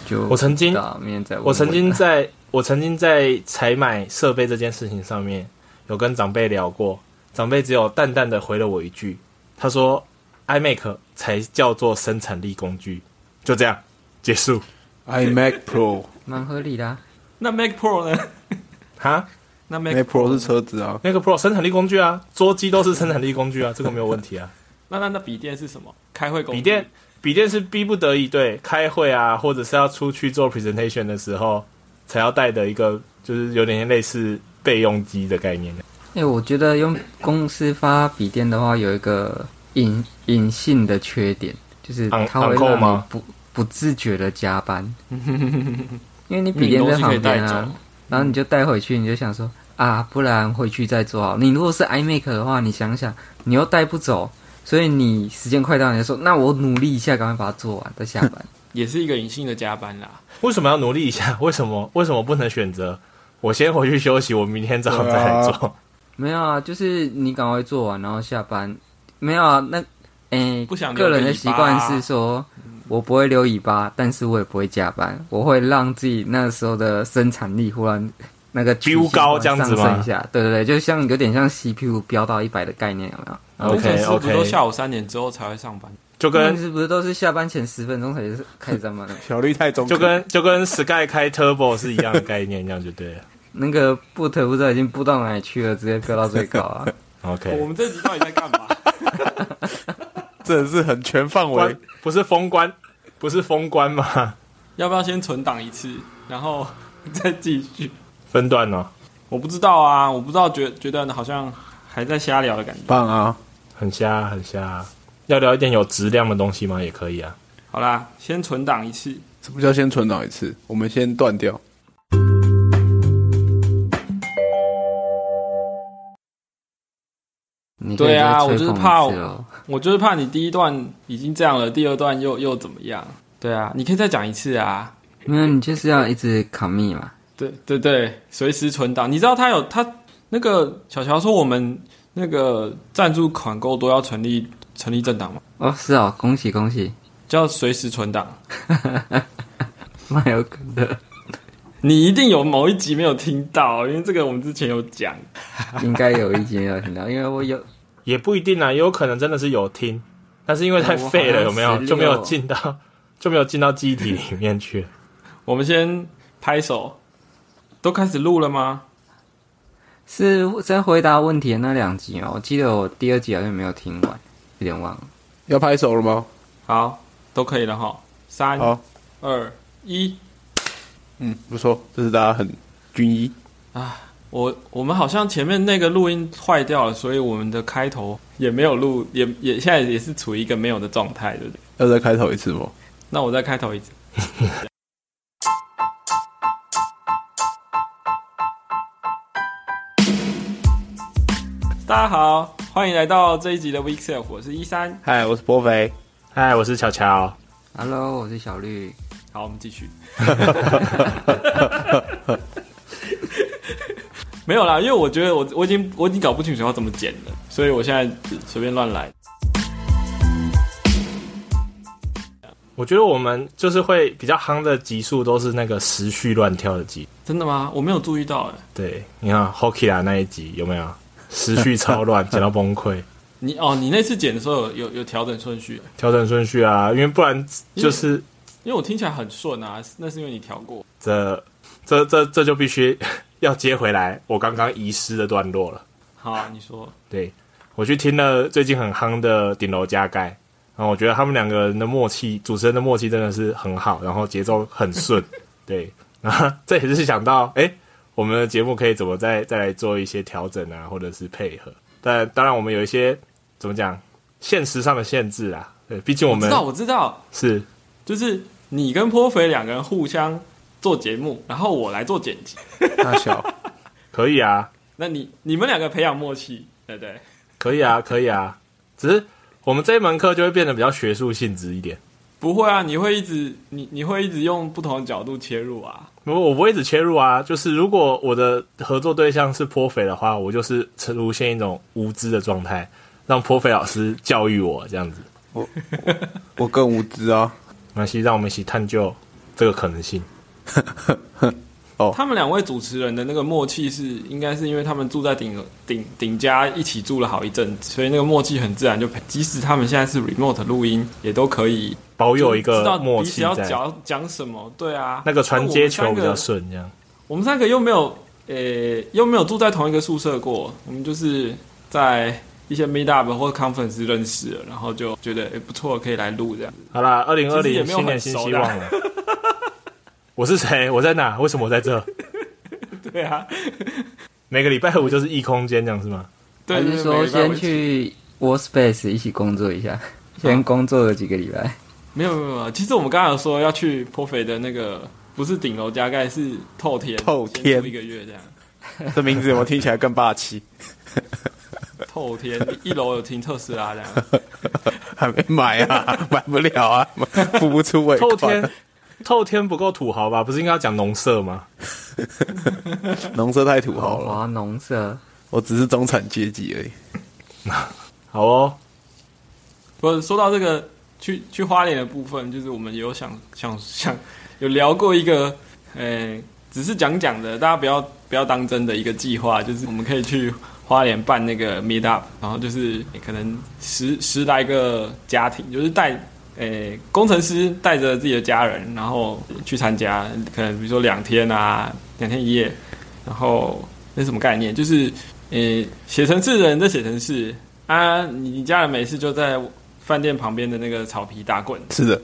[SPEAKER 2] 就
[SPEAKER 4] 我曾经
[SPEAKER 2] 到明天再问问
[SPEAKER 4] 我曾经在我曾经在采买设备这件事情上面有跟长辈聊过，长辈只有淡淡的回了我一句，他说：“iMac 才叫做生产力工具。”就这样结束。
[SPEAKER 3] iMac 哎 Pro，
[SPEAKER 2] 蛮合理的、啊。
[SPEAKER 1] 那 Mac Pro 呢？
[SPEAKER 4] 哈，
[SPEAKER 1] 那
[SPEAKER 3] Mac
[SPEAKER 1] Mac
[SPEAKER 3] Pro 是车子啊，
[SPEAKER 4] 那个 Pro 生产力工具啊，桌机都是生产力工具啊，这个没有问题啊。
[SPEAKER 1] 那那那笔电是什么？开会工具
[SPEAKER 4] 笔电，笔电是逼不得已对开会啊，或者是要出去做 presentation 的时候才要带的一个，就是有点类似备用机的概念。
[SPEAKER 2] 哎、我觉得用公司发笔电的话，有一个隐隐性的缺点，就是
[SPEAKER 4] 昂
[SPEAKER 2] 它会
[SPEAKER 4] 昂扣
[SPEAKER 2] 让你
[SPEAKER 4] 吗
[SPEAKER 2] 不不自觉的加班， 因为你
[SPEAKER 1] 因为
[SPEAKER 2] 笔
[SPEAKER 1] 你
[SPEAKER 2] 电
[SPEAKER 1] 嗯东
[SPEAKER 2] 在
[SPEAKER 1] 西可以
[SPEAKER 2] 旁
[SPEAKER 1] 带
[SPEAKER 2] 边啊
[SPEAKER 1] 走，
[SPEAKER 2] 然后你就带回去，你就想说啊，不然回去再做好。你如果是 iMac 的话，你想想，你又带不走，所以你时间快到，你就说那我努力一下，赶快把它做完再下班。
[SPEAKER 1] 也是一个隐性的加班啦。
[SPEAKER 4] 为什么要努力一下？ 为什么为什么不能选择我先回去休息，我明天早上再来做？
[SPEAKER 2] 没有啊，就是你赶快做完，然后下班。没有啊，那诶，
[SPEAKER 1] 不想留
[SPEAKER 2] 个人的
[SPEAKER 1] 个尾
[SPEAKER 2] 习
[SPEAKER 1] 巴
[SPEAKER 2] 惯是说，我不会留尾巴，但是我也不会加班，我会让自己那时候的生产力忽然那个曲线
[SPEAKER 4] 飙高这样子
[SPEAKER 2] 忽
[SPEAKER 4] 吗
[SPEAKER 2] 然上升一下，对对对，就像有点像 CPU 飙到一百的概念，有没有？
[SPEAKER 1] 工程师
[SPEAKER 4] OK
[SPEAKER 1] 不是
[SPEAKER 4] OK，
[SPEAKER 1] 都下午三点之后才会上班？
[SPEAKER 4] 就
[SPEAKER 2] 工程
[SPEAKER 4] 跟
[SPEAKER 2] 师不是都是下班前十分钟才是开始上班的？
[SPEAKER 3] 小绿太中肯，
[SPEAKER 4] 就跟就跟 Sky 开 Turbo 是一样的概念，这样就对了。
[SPEAKER 2] 那个 boot 不知道已经 boot 到哪里去了，直接飙到最高啊！
[SPEAKER 1] 我
[SPEAKER 4] OK，
[SPEAKER 1] 们这集到底在干嘛？
[SPEAKER 3] 真的是很全范围
[SPEAKER 4] 关。不是封关，不是封关吗？
[SPEAKER 1] 要不要先存档一次，然后再继续？
[SPEAKER 4] 分段哦，
[SPEAKER 1] 我不知道啊，我不知道，觉觉得好像还在瞎聊的感觉。
[SPEAKER 3] 棒啊！
[SPEAKER 4] 很瞎很瞎。啊要聊一点有质量的东西吗？也可以啊。
[SPEAKER 1] 好啦，先存档一次。
[SPEAKER 3] 什么叫先存档一次？我们先断掉。
[SPEAKER 2] 你可以
[SPEAKER 1] 对啊我
[SPEAKER 2] 再吹
[SPEAKER 1] 就是
[SPEAKER 2] 捧一
[SPEAKER 1] 怕
[SPEAKER 2] 次
[SPEAKER 1] 我
[SPEAKER 2] 咯
[SPEAKER 1] 我就是怕你第一段已经这样了，第二段又又怎么样？对啊，你可以再讲一次啊。
[SPEAKER 2] 没有你就是要一直 commit 嘛。
[SPEAKER 1] 对对对，随时存档。你知道他有他那个小乔说我们那个赞助款够多要成立成立政党吗？
[SPEAKER 2] 哦，是哦，恭喜恭喜，
[SPEAKER 1] 叫随时存档。
[SPEAKER 2] 蛮有可能的，
[SPEAKER 1] 你一定有某一集没有听到，因为这个我们之前有讲。
[SPEAKER 2] 应该有一集没有听到，因为我有
[SPEAKER 4] 也不一定啊，也有可能真的是有听，但是因为太废了，
[SPEAKER 2] 我
[SPEAKER 4] 有没有
[SPEAKER 2] 16
[SPEAKER 4] 就没有进到就没有进到记忆体里面去。
[SPEAKER 1] 我们先拍手，都开始录了吗？
[SPEAKER 2] 是在回答问题的那两集哦，我记得我第二集好像没有听完，有点忘了。
[SPEAKER 3] 要拍手了吗？
[SPEAKER 1] 好，都可以了哈。三
[SPEAKER 3] 好，
[SPEAKER 1] 二一，
[SPEAKER 3] 嗯，不错，这是大家很均一。
[SPEAKER 1] 我我们好像前面那个录音坏掉了，所以我们的开头也没有录，也也现在也是处于一个没有的状态，对不对？
[SPEAKER 3] 要再开头一次吗？
[SPEAKER 1] 那我再开头一次。大家好，欢迎来到这一集的 Week Self，我是一三。
[SPEAKER 3] 嗨，我是博肥。
[SPEAKER 4] 嗨，我是乔乔，
[SPEAKER 2] Hello，我是小绿，
[SPEAKER 1] 好，我们继续。 没有啦，因为我觉得我我已经我已经搞不清楚要怎么剪了，所以我现在随便乱来。
[SPEAKER 4] 我觉得我们就是会比较夯的集数都是那个时序乱跳的集。
[SPEAKER 1] 真的吗？我没有注意到哎、
[SPEAKER 4] 对，你看 Hockey 啦那一集有没有时序超 乱，讲到崩溃，
[SPEAKER 1] 你哦，你那次剪的时候有有有调整顺序欸，
[SPEAKER 4] 调整顺序啊，因为不然就是
[SPEAKER 1] 因为我听起来很顺啊，那是因为你调过。
[SPEAKER 4] 这这这这就必须 要接回来我刚刚遗失的段落了。
[SPEAKER 1] 好啊、你说
[SPEAKER 4] 对我去听了最近很夯的顶楼加盖，然后我觉得他们两个人的默契，主持人的默契真的是很好，然后节奏很 顺，对，然后这也是想到，哎、我们的节目可以怎么再再来做一些调整啊，或者是配合，但当然我们有一些怎么讲，现实上的限制啊，对，毕竟我
[SPEAKER 1] 我知
[SPEAKER 4] 们
[SPEAKER 1] 道，我知道，
[SPEAKER 4] 是
[SPEAKER 1] 就是你跟颇肥两个人互相做节目，然后我来做剪辑。
[SPEAKER 3] 大小
[SPEAKER 4] 可以啊，
[SPEAKER 1] 那你你们两个培养默契，对不对？
[SPEAKER 4] 可以啊，可以啊，只是我们这一门课就会变得比较学术性质一点。
[SPEAKER 1] 不会啊，你会一直你你会一直用不同的角度切入啊。
[SPEAKER 4] 我我不会一直切入啊，就是如果我的合作对象是颇肥的话，我就是呈现一种无知的状态，让颇肥老师教育我这样子。
[SPEAKER 3] 我更无知啊！
[SPEAKER 4] 没关系，让我们一起探究这个可能性。
[SPEAKER 3] 哦
[SPEAKER 1] 他们两位主持人的那个默契是，应该是因为他们住在顶顶顶家一起住了好一阵子，所以那个默契很自然就培，即使他们现在是 remote 录音，也都可以
[SPEAKER 4] 保有一
[SPEAKER 1] 知道
[SPEAKER 4] 个默
[SPEAKER 1] 彼此
[SPEAKER 4] 契
[SPEAKER 1] 要
[SPEAKER 4] 在，
[SPEAKER 1] 讲讲什么，对啊，
[SPEAKER 4] 那个传接
[SPEAKER 1] 那
[SPEAKER 4] 球
[SPEAKER 1] 我
[SPEAKER 4] 比
[SPEAKER 1] 们三
[SPEAKER 4] 较
[SPEAKER 1] 个
[SPEAKER 4] 顺，这样
[SPEAKER 1] 我们三个又没有，呃、又没有住在同一个宿舍过，我们就是在一些 meet up 或 conference 认识了，然后就觉得、诶不错，可以来录这样。
[SPEAKER 4] 好啦，二零二
[SPEAKER 1] 其实也
[SPEAKER 4] 零
[SPEAKER 1] 没有
[SPEAKER 4] 新
[SPEAKER 1] 很
[SPEAKER 4] 年新
[SPEAKER 1] 熟
[SPEAKER 4] 希
[SPEAKER 1] 的
[SPEAKER 4] 望了。我是谁？我在哪？为什么我在这？
[SPEAKER 1] 对啊，
[SPEAKER 4] 每个礼拜五就是异空间这样 是吗？
[SPEAKER 1] 对，
[SPEAKER 2] 还
[SPEAKER 1] 就是
[SPEAKER 2] 说
[SPEAKER 1] 每个礼拜
[SPEAKER 2] 先
[SPEAKER 1] 回去
[SPEAKER 2] 去 Workspace 一起工作一下，先工作了几个礼拜。
[SPEAKER 1] 没有没有没有，其实我们刚刚有说要去颇肥的那个，不是顶楼加盖，是透天，
[SPEAKER 3] 透天
[SPEAKER 1] 先住一个月这样。
[SPEAKER 3] 这名字有没有听起来更霸气？
[SPEAKER 1] 透天一楼有停特斯拉这样，
[SPEAKER 3] 还没买啊，买不了啊，付不出尾
[SPEAKER 4] 透
[SPEAKER 3] 款
[SPEAKER 4] 天。，透天不够土豪吧？不是应该要讲农舍吗？
[SPEAKER 3] 农舍太土豪了，
[SPEAKER 2] 华农社，
[SPEAKER 3] 我只是中产阶级而已。
[SPEAKER 4] 好哦，
[SPEAKER 1] 不是说到这个去去花莲的部分，就是我们有想想想有聊过一个，呃、只是讲讲的，大家不要不要当真的一个计划，就是我们可以去花莲办那个 meet up，然后就是、可能十十来个家庭，就是带呃、工程师带着自己的家人，然后去参加，可能比如说两天啊，两天一夜，然后那是什么概念？就是呃，写程式的人在写程式啊，你你家人没事就在饭店旁边的那个草皮打滚，
[SPEAKER 3] 是的，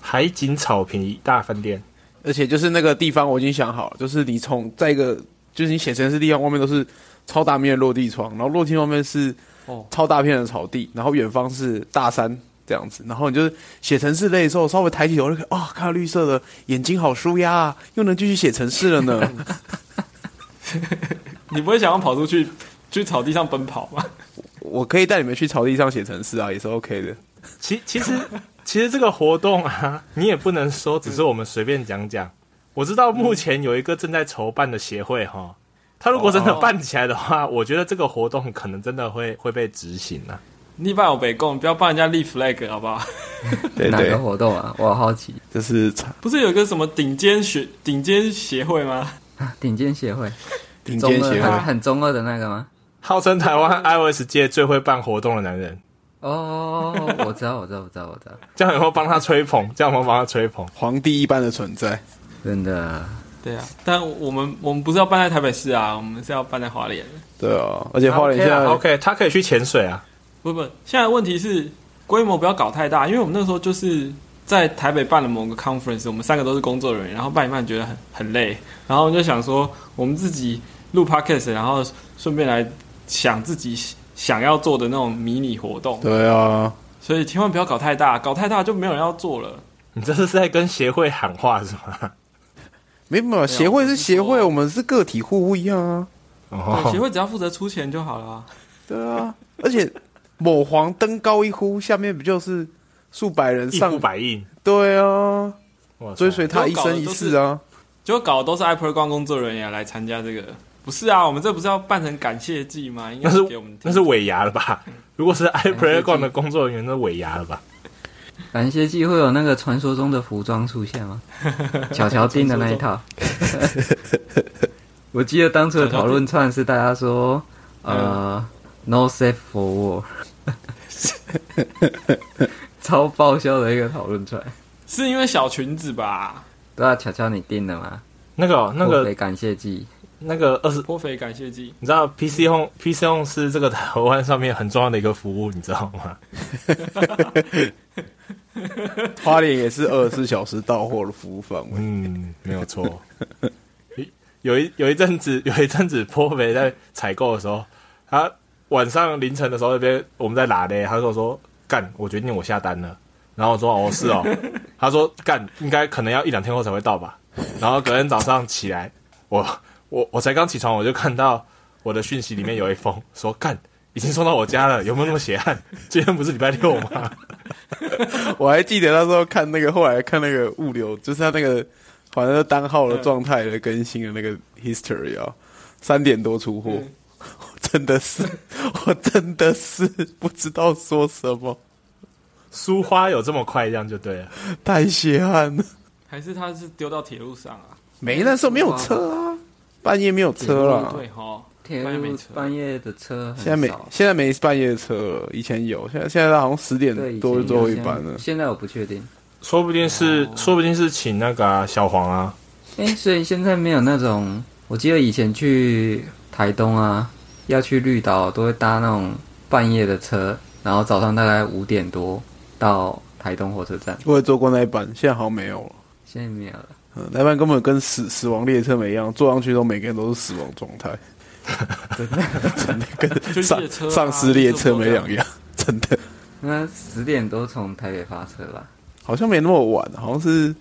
[SPEAKER 4] 海景草坪大饭店，
[SPEAKER 3] 而且就是那个地方我已经想好了，就是你从在一个就是你写城市地方外面都是超大面的落地窗，然后落地窗外面是
[SPEAKER 1] 哦
[SPEAKER 3] 超大片的草地，然后远方是大山这样子，然后你就是写城市类的时候，稍微抬起头就可以哇、看到绿色的眼睛好舒压啊，又能继续写城市了呢。
[SPEAKER 1] 你不会想要跑出去去草地上奔跑吗？
[SPEAKER 3] 我可以带你们去草地上写城市啊，也是 OK 的。
[SPEAKER 4] 其其实 其实这个活动啊， 你也不能说只是我们随便讲讲。我知道目前有一个正在筹办的协会哈，他如果真的
[SPEAKER 1] 哦
[SPEAKER 4] 办起来的话，我觉得这个活动可能真的会会被执行啊。
[SPEAKER 1] 你把我北贡，不要帮人家立 flag 好不 好？
[SPEAKER 3] 对
[SPEAKER 2] 哪
[SPEAKER 3] 对
[SPEAKER 2] 个，活动啊？我好奇。
[SPEAKER 3] 就是
[SPEAKER 1] 不是有个什么顶尖学顶尖协会吗？
[SPEAKER 2] 顶尖协会，
[SPEAKER 3] 顶
[SPEAKER 2] 中啊
[SPEAKER 3] 尖
[SPEAKER 2] 二
[SPEAKER 3] 协
[SPEAKER 2] 很
[SPEAKER 3] 会。
[SPEAKER 2] 很中二的那个吗？
[SPEAKER 4] 号称台湾 iOS 界最会办活动的男人，
[SPEAKER 2] 哦，我知道，我知道，我知道，我知道，
[SPEAKER 4] 这样有没有帮他吹捧？这样有没有帮他吹捧？
[SPEAKER 3] 皇帝一般的存在，
[SPEAKER 2] 真的。
[SPEAKER 1] 对啊，但我们我们不是要办在台北市啊，我们是要办在花莲。
[SPEAKER 3] 对啊，而且花莲现在
[SPEAKER 4] OK 啊 OK，他可以去潜水啊。
[SPEAKER 1] 不不，现在问题是规模不要搞太大，因为我们那时候就是在台北办了某个 conference，我们三个都是工作人员，然后办一办觉得很很累，然后我们就想说我们自己录 podcast，然后顺便来想自己想要做的那种迷你活动，
[SPEAKER 3] 对啊，
[SPEAKER 1] 所以千万不要搞太大，搞太大就没有人要做了。
[SPEAKER 4] 你这是在跟协会喊话是吗？
[SPEAKER 3] 没办法，协会是协
[SPEAKER 1] 我是
[SPEAKER 3] 会，
[SPEAKER 1] 说
[SPEAKER 3] 我们是个体户不一样啊。
[SPEAKER 1] 对
[SPEAKER 4] 哦
[SPEAKER 1] 协，会只要负责出钱就好了啊。
[SPEAKER 3] 对啊，而且某皇登高一呼，下面不就是数百人
[SPEAKER 4] 一
[SPEAKER 3] 上
[SPEAKER 4] 呼？百应，
[SPEAKER 3] 对啊，
[SPEAKER 4] 哇塞
[SPEAKER 3] 追随他一生一世啊。
[SPEAKER 1] 结果搞的都是 Apple 光工作人员来参加这个，不是啊？我们这不是要办成感谢祭吗？应该
[SPEAKER 4] 那是
[SPEAKER 1] 给我们听
[SPEAKER 4] 那是尾牙了吧？如果是 iPlayGon 的工作人员，那是尾牙了吧？
[SPEAKER 2] 感谢祭会有那个传说中的服装出 现吗？巧乔订的那一套。我记得当初的讨论串是大家说，
[SPEAKER 1] 嗯
[SPEAKER 2] 呃、n o safe for war，超爆笑的一个讨论串。
[SPEAKER 1] 是因为小裙子吧？
[SPEAKER 2] 对啊，巧巧你订的吗？
[SPEAKER 4] 那个哦那
[SPEAKER 2] 破
[SPEAKER 4] 个
[SPEAKER 2] 费感谢祭，
[SPEAKER 4] 那个二十，
[SPEAKER 1] 颇肥感谢祭。
[SPEAKER 4] 你知道 PC Home PC Home 是这个台湾上面很重要的一个服务，你知道吗？
[SPEAKER 3] 花莲也是二十四小时到货的服务范围。
[SPEAKER 4] 嗯，没有错。 有一有一阵子， 有一阵子波美在采购的时候，他晚上凌晨的时候那边我们在拉嘞，他跟我说干，我决定我下单了。然后我说哦 是哦，他说干应该可能要一两天后才会到吧。然后隔天早上起来，我我我才刚起床，我就看到我的讯息里面有一封说干已经送到我家了，有没有那么血汗？今天不是礼拜六 吗？
[SPEAKER 3] 我还记得那时候看那个，后来看那个物流，就是他那个反正单号的状态的更新的那个 history 啊，三点多出货，
[SPEAKER 1] 嗯
[SPEAKER 3] 我真的是， 我真的是不知道说什么，
[SPEAKER 4] 苏花有这么快，这样就对了。
[SPEAKER 3] 太血汗了。
[SPEAKER 1] 还是他是丢到铁路上啊？
[SPEAKER 3] 没那时候没有车啊，半夜没有车了。
[SPEAKER 1] 对哦哈，
[SPEAKER 2] 铁
[SPEAKER 1] 半夜没
[SPEAKER 2] 路
[SPEAKER 1] 车
[SPEAKER 2] 半夜的车很
[SPEAKER 3] 现在没
[SPEAKER 2] 少
[SPEAKER 3] 现在没半夜车了，以前有，现在现在好像十点
[SPEAKER 2] 对，以前
[SPEAKER 3] 多就
[SPEAKER 2] 有
[SPEAKER 3] 最后一
[SPEAKER 2] 现在
[SPEAKER 3] 班了。
[SPEAKER 2] 现在我不确定，
[SPEAKER 4] 说不定是，
[SPEAKER 2] 哦
[SPEAKER 4] 说不定是请那个啊、小黄啊，
[SPEAKER 2] 哎、所以现在没有那种，我记得以前去台东啊，要去绿岛都会搭那种半夜的车，然后早上大概五点多到台东火车站，
[SPEAKER 3] 我也坐过那一班，现在好像没有了。
[SPEAKER 2] 现在没有了。
[SPEAKER 3] 嗯，那班根本跟死死亡列车没一样，坐上去都每个人都是死亡状态，真的真的
[SPEAKER 1] 就
[SPEAKER 3] 跟丧
[SPEAKER 1] 列车啊
[SPEAKER 3] 丧尸列车没两样， 真的
[SPEAKER 2] 那十点多从台北发车吧，
[SPEAKER 3] 好像没那么晚，好像是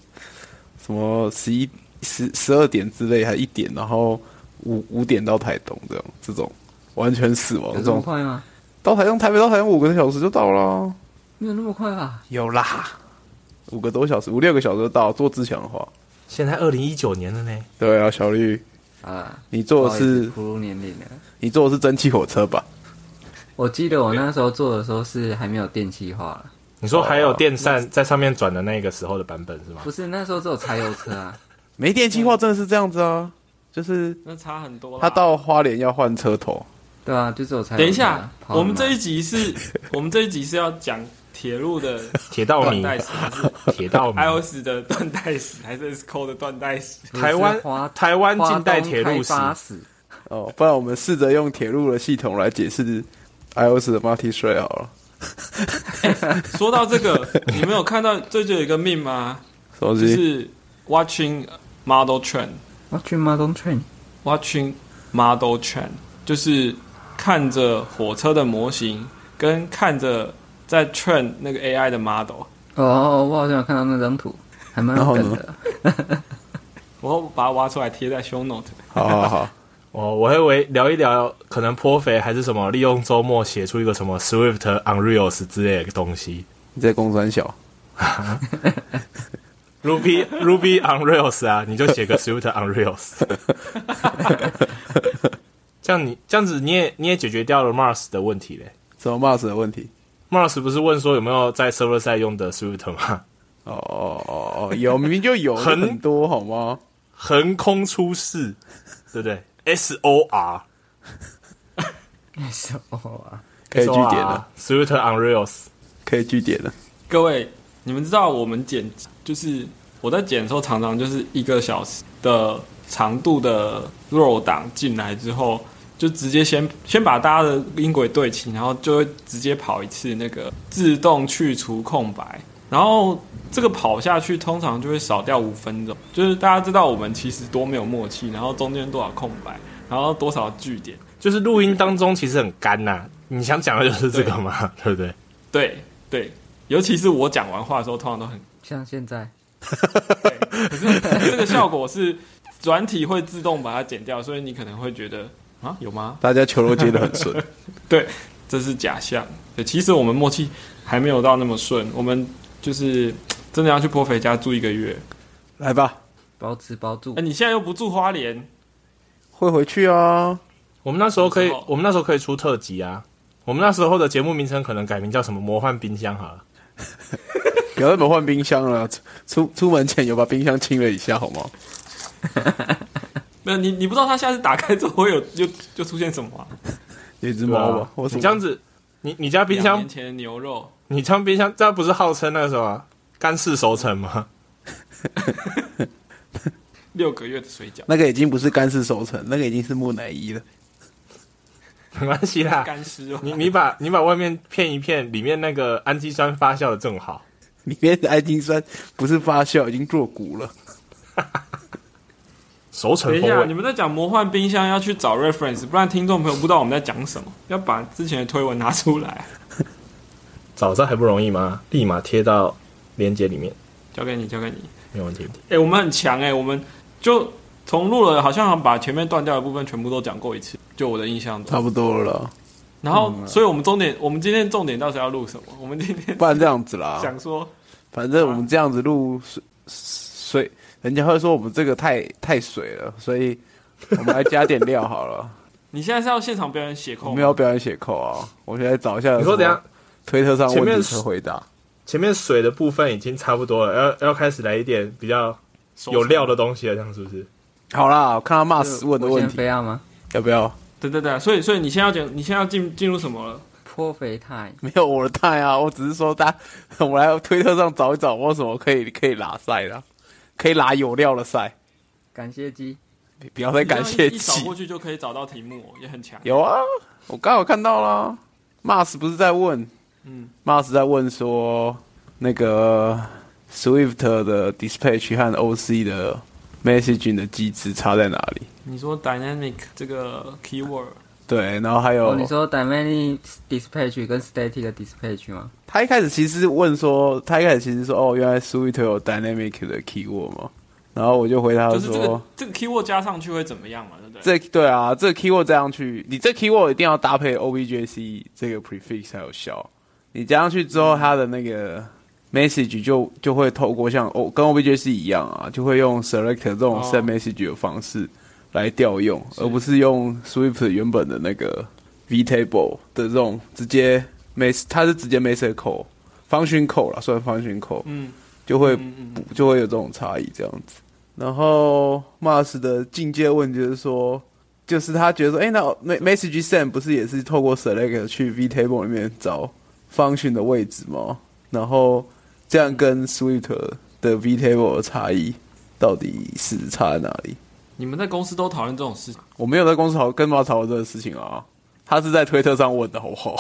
[SPEAKER 3] 什么十一十十二点之类，还一点，然后五五点到台东这样，这种完全死亡
[SPEAKER 2] 有这么
[SPEAKER 3] 状
[SPEAKER 2] 快吗？
[SPEAKER 3] 到台东台北到台东五个小时就到了，
[SPEAKER 2] 没有那么快啊吧？
[SPEAKER 3] 有啦，五个多小时五六个小时就到，坐自强的话，
[SPEAKER 4] 现在二零一九年了呢，
[SPEAKER 3] 对啊，小绿，
[SPEAKER 2] 啊，
[SPEAKER 3] 你坐的是
[SPEAKER 2] 不入年龄了。
[SPEAKER 3] 你坐的是蒸汽火车吧？
[SPEAKER 2] 我记得我那时候做的时候是还没有电气化了，
[SPEAKER 4] 你说还有电扇在上面转的那个时候的版本是吗
[SPEAKER 2] 哦不？是那时候只有柴油车啊，
[SPEAKER 3] 没电气化真的是这样子啊，就是
[SPEAKER 1] 那差很多啦。
[SPEAKER 3] 他到花莲要换车头，
[SPEAKER 2] 对啊，就只有柴油车啊。
[SPEAKER 1] 等一下，
[SPEAKER 2] 跑得
[SPEAKER 1] 我们这
[SPEAKER 2] 慢
[SPEAKER 1] 一集 是，我们这一集是要讲铁路的
[SPEAKER 4] 铁道
[SPEAKER 1] 断
[SPEAKER 4] 迷，
[SPEAKER 1] 代史，还是
[SPEAKER 4] 铁道
[SPEAKER 2] 哎
[SPEAKER 4] 迷，
[SPEAKER 1] iOS 的断代史，还是 SCO 的断代史？
[SPEAKER 2] 不是
[SPEAKER 4] 台湾
[SPEAKER 2] 花
[SPEAKER 4] 台湾近代
[SPEAKER 2] 花东
[SPEAKER 4] 铁路史
[SPEAKER 2] 开，发史。
[SPEAKER 3] 哦，不然我们试着用铁路的系统来解释 iOS 的 Multi Thread 好了。
[SPEAKER 1] 说到这 个，你们有看到最近有一个命吗？
[SPEAKER 3] 手
[SPEAKER 1] 就
[SPEAKER 3] 机、
[SPEAKER 1] 是 watching model train。
[SPEAKER 2] 我去 Model Train，
[SPEAKER 1] watching model train，就是看着火车的模型，跟看着在 train 那个 AI 的 model。
[SPEAKER 2] 哦，我好像有看到那张图，还蛮有梗的。
[SPEAKER 1] 我把它挖出来贴在 show note。
[SPEAKER 3] 好好好，
[SPEAKER 4] 哦，我还以为聊一聊，可能颇肥还是什么，利用周末写出一个什么 Swift on Rails 之类的东西
[SPEAKER 3] 你在公山小，
[SPEAKER 4] ，Ruby Ruby on Rails 啊，你就写个 Swift on Rails，这样你这样子你也你也解决掉了 Mars 的问题嘞。
[SPEAKER 3] 什么 Mars 的问题？
[SPEAKER 4] Mars 不是问说有没有在 server 赛用的 Swift 吗？
[SPEAKER 3] 哦哦哦哦，有明明就有
[SPEAKER 4] 很
[SPEAKER 3] 很多好吗？
[SPEAKER 4] 横空出世，对不对？S O R
[SPEAKER 2] 什么啊？
[SPEAKER 3] 可以哎据点啊了，
[SPEAKER 4] ，Swift on Rails，
[SPEAKER 3] 可以据点了。
[SPEAKER 1] 各位，你们知道我们剪，就是我在剪的时候，常常就是一个小时的长度的 roll 档进来之后，就直接先先把大家的音轨对齐，然后就会直接跑一次那个自动去除空白，然后这个跑下去通常就会少掉五分钟，就是大家知道我们其实多没有默契，然后中间多少空白，然后多少句点，
[SPEAKER 4] 就是录音当中其实很干呐、你想讲的就是这个嘛，对不对？
[SPEAKER 1] 对对，尤其是我讲完话的时候，通常都很
[SPEAKER 2] 像现在，
[SPEAKER 1] 可是这个效果是软体会自动把它剪掉，所以你可能会觉得啊，有吗？
[SPEAKER 3] 大家球都接的很顺，
[SPEAKER 1] 这是假象。对，其实我们默契还没有到那么顺，我们就是嘖真的要去波肥家住一个月。
[SPEAKER 3] 来吧，
[SPEAKER 2] 包吃包住
[SPEAKER 1] 哎、。你现在又不住花莲，
[SPEAKER 3] 会回去啊。
[SPEAKER 4] 我们那时候可以
[SPEAKER 1] 什么时候，
[SPEAKER 4] 我们那时候可以出特辑啊。我们那时候的节目名称可能改名叫什么“魔幻冰箱”好了。
[SPEAKER 3] 不要那么换冰箱了，出出出门前有把冰箱清了一下好吗？
[SPEAKER 1] 没有你，你不知道他下次打开之后会有就就出现什么啊、
[SPEAKER 3] 有一只猫吧，我
[SPEAKER 4] 啊你这样子，你你家冰
[SPEAKER 1] 两
[SPEAKER 4] 箱
[SPEAKER 1] 年，前的牛肉，
[SPEAKER 4] 你家冰箱，这不是号称那个什么干式熟成吗？
[SPEAKER 1] 六个月的水饺，
[SPEAKER 3] 那个已经不是干式熟成，那个已经是木乃伊了。
[SPEAKER 4] 没关系啦，
[SPEAKER 1] 干尸哦。
[SPEAKER 4] 啊你你把你把外面片一片，里面那个氨基酸发酵的正好。
[SPEAKER 3] 里面的氨基酸不是发酵，已经做骨了。
[SPEAKER 4] 熟成
[SPEAKER 1] 等一
[SPEAKER 4] 风
[SPEAKER 1] 下，你
[SPEAKER 4] 味。
[SPEAKER 1] 们在讲魔幻冰箱要去找 reference，不然听众朋友不知道我们在讲什么，要把之前的推文拿出来，
[SPEAKER 4] 早上还不容易吗？立马贴到链接里面，
[SPEAKER 1] 交给你，交给你。
[SPEAKER 4] 没有问题。
[SPEAKER 1] 哎、我们很强哎、我们就重录了，好像把前面断掉的部分全部都讲过一次，就我的印象中。
[SPEAKER 3] 差不多了啦，
[SPEAKER 1] 然后，
[SPEAKER 3] 嗯
[SPEAKER 1] 所以我们重点，我们今天重点到底要录什么？我们今天
[SPEAKER 3] 不然这样子啦，
[SPEAKER 1] 想说，
[SPEAKER 3] 反正我们这样子录水水，人家会说我们这个太太水了，所以我们来加点料好
[SPEAKER 4] 哦
[SPEAKER 3] 了。
[SPEAKER 1] 你现在是要现场表演写
[SPEAKER 3] 我
[SPEAKER 1] 空
[SPEAKER 3] 们要表演写扣啊，我现在找一下。
[SPEAKER 4] 你说等一下，
[SPEAKER 3] 推特上
[SPEAKER 4] 前面
[SPEAKER 3] 问题
[SPEAKER 4] 是
[SPEAKER 3] 车回答，
[SPEAKER 4] 前面水的部分已经差不多了，要要开始来一点比较
[SPEAKER 1] 手
[SPEAKER 4] 有料的东西了，这样是不是？
[SPEAKER 3] 好啦，我看他骂斯文的问
[SPEAKER 2] 先
[SPEAKER 3] 题，
[SPEAKER 2] 非要啊吗？
[SPEAKER 3] 要不要？
[SPEAKER 1] 对对对，所以所以你现在要讲，你现在要进进入什么了？
[SPEAKER 2] 破肥太
[SPEAKER 3] 没有我的态啊，我只是说大家， 我来推特上找一找，我有什么可以可以拉赛啦，可以拉有料的赛，
[SPEAKER 2] 感谢鸡，
[SPEAKER 3] 不要再感谢
[SPEAKER 1] 你这样一一扫
[SPEAKER 3] 鸡
[SPEAKER 1] 过。去就可以找到题目哦，也很强。
[SPEAKER 3] 有啊，我刚好看到啦。Mars 不是在问，
[SPEAKER 1] 嗯
[SPEAKER 3] 嗯，Mars 在问说那个 Swift 的 Dispatch 和 OC 的 Messaging 的机制差在哪里？
[SPEAKER 1] 你说 dynamic 这个 keyword，
[SPEAKER 3] 对，然后还有、
[SPEAKER 2] 哦，你说 dynamic dispatch 跟 static dispatch 吗？
[SPEAKER 3] 他一开始其实是问说，他一开始其实说哦，原来 Swift 有 Dynamic 的 keyword 嘛，然后我就回答
[SPEAKER 1] 就是
[SPEAKER 3] 说，
[SPEAKER 1] 这个这个 keyword 加上去会怎么样嘛？对不对？
[SPEAKER 3] 这对啊，这个 keyword 这样去，你这 keyword 一定要搭配 objc 这个 prefix 才有效。你加上去之后，它的那
[SPEAKER 1] 嗯
[SPEAKER 3] 个 message 就就会透过像哦跟 objc 一样啊，就会用 select 这种
[SPEAKER 1] 哦
[SPEAKER 3] send message 的方式来调用，而不是用 Swift 原本的那个 vtable 的这种直接 mess，它是直接 message call function call 啦，算 function call，
[SPEAKER 1] 嗯，
[SPEAKER 3] 就会
[SPEAKER 1] 嗯嗯嗯
[SPEAKER 3] 补就会有这种差异这样子。然后 Mars 的境界问题就是说，就是他觉得说，哎、那 me- message send 不是也是透过 select 去 vtable 里面找 function 的位置吗？然后这样跟 Swift 的 vtable 的差异到底是差在哪里？
[SPEAKER 1] 你们在公司都讨论这种事情，
[SPEAKER 3] 我没有在公司讨跟 Mars 讨论这个事情啊，他是在推特上问的，好不好？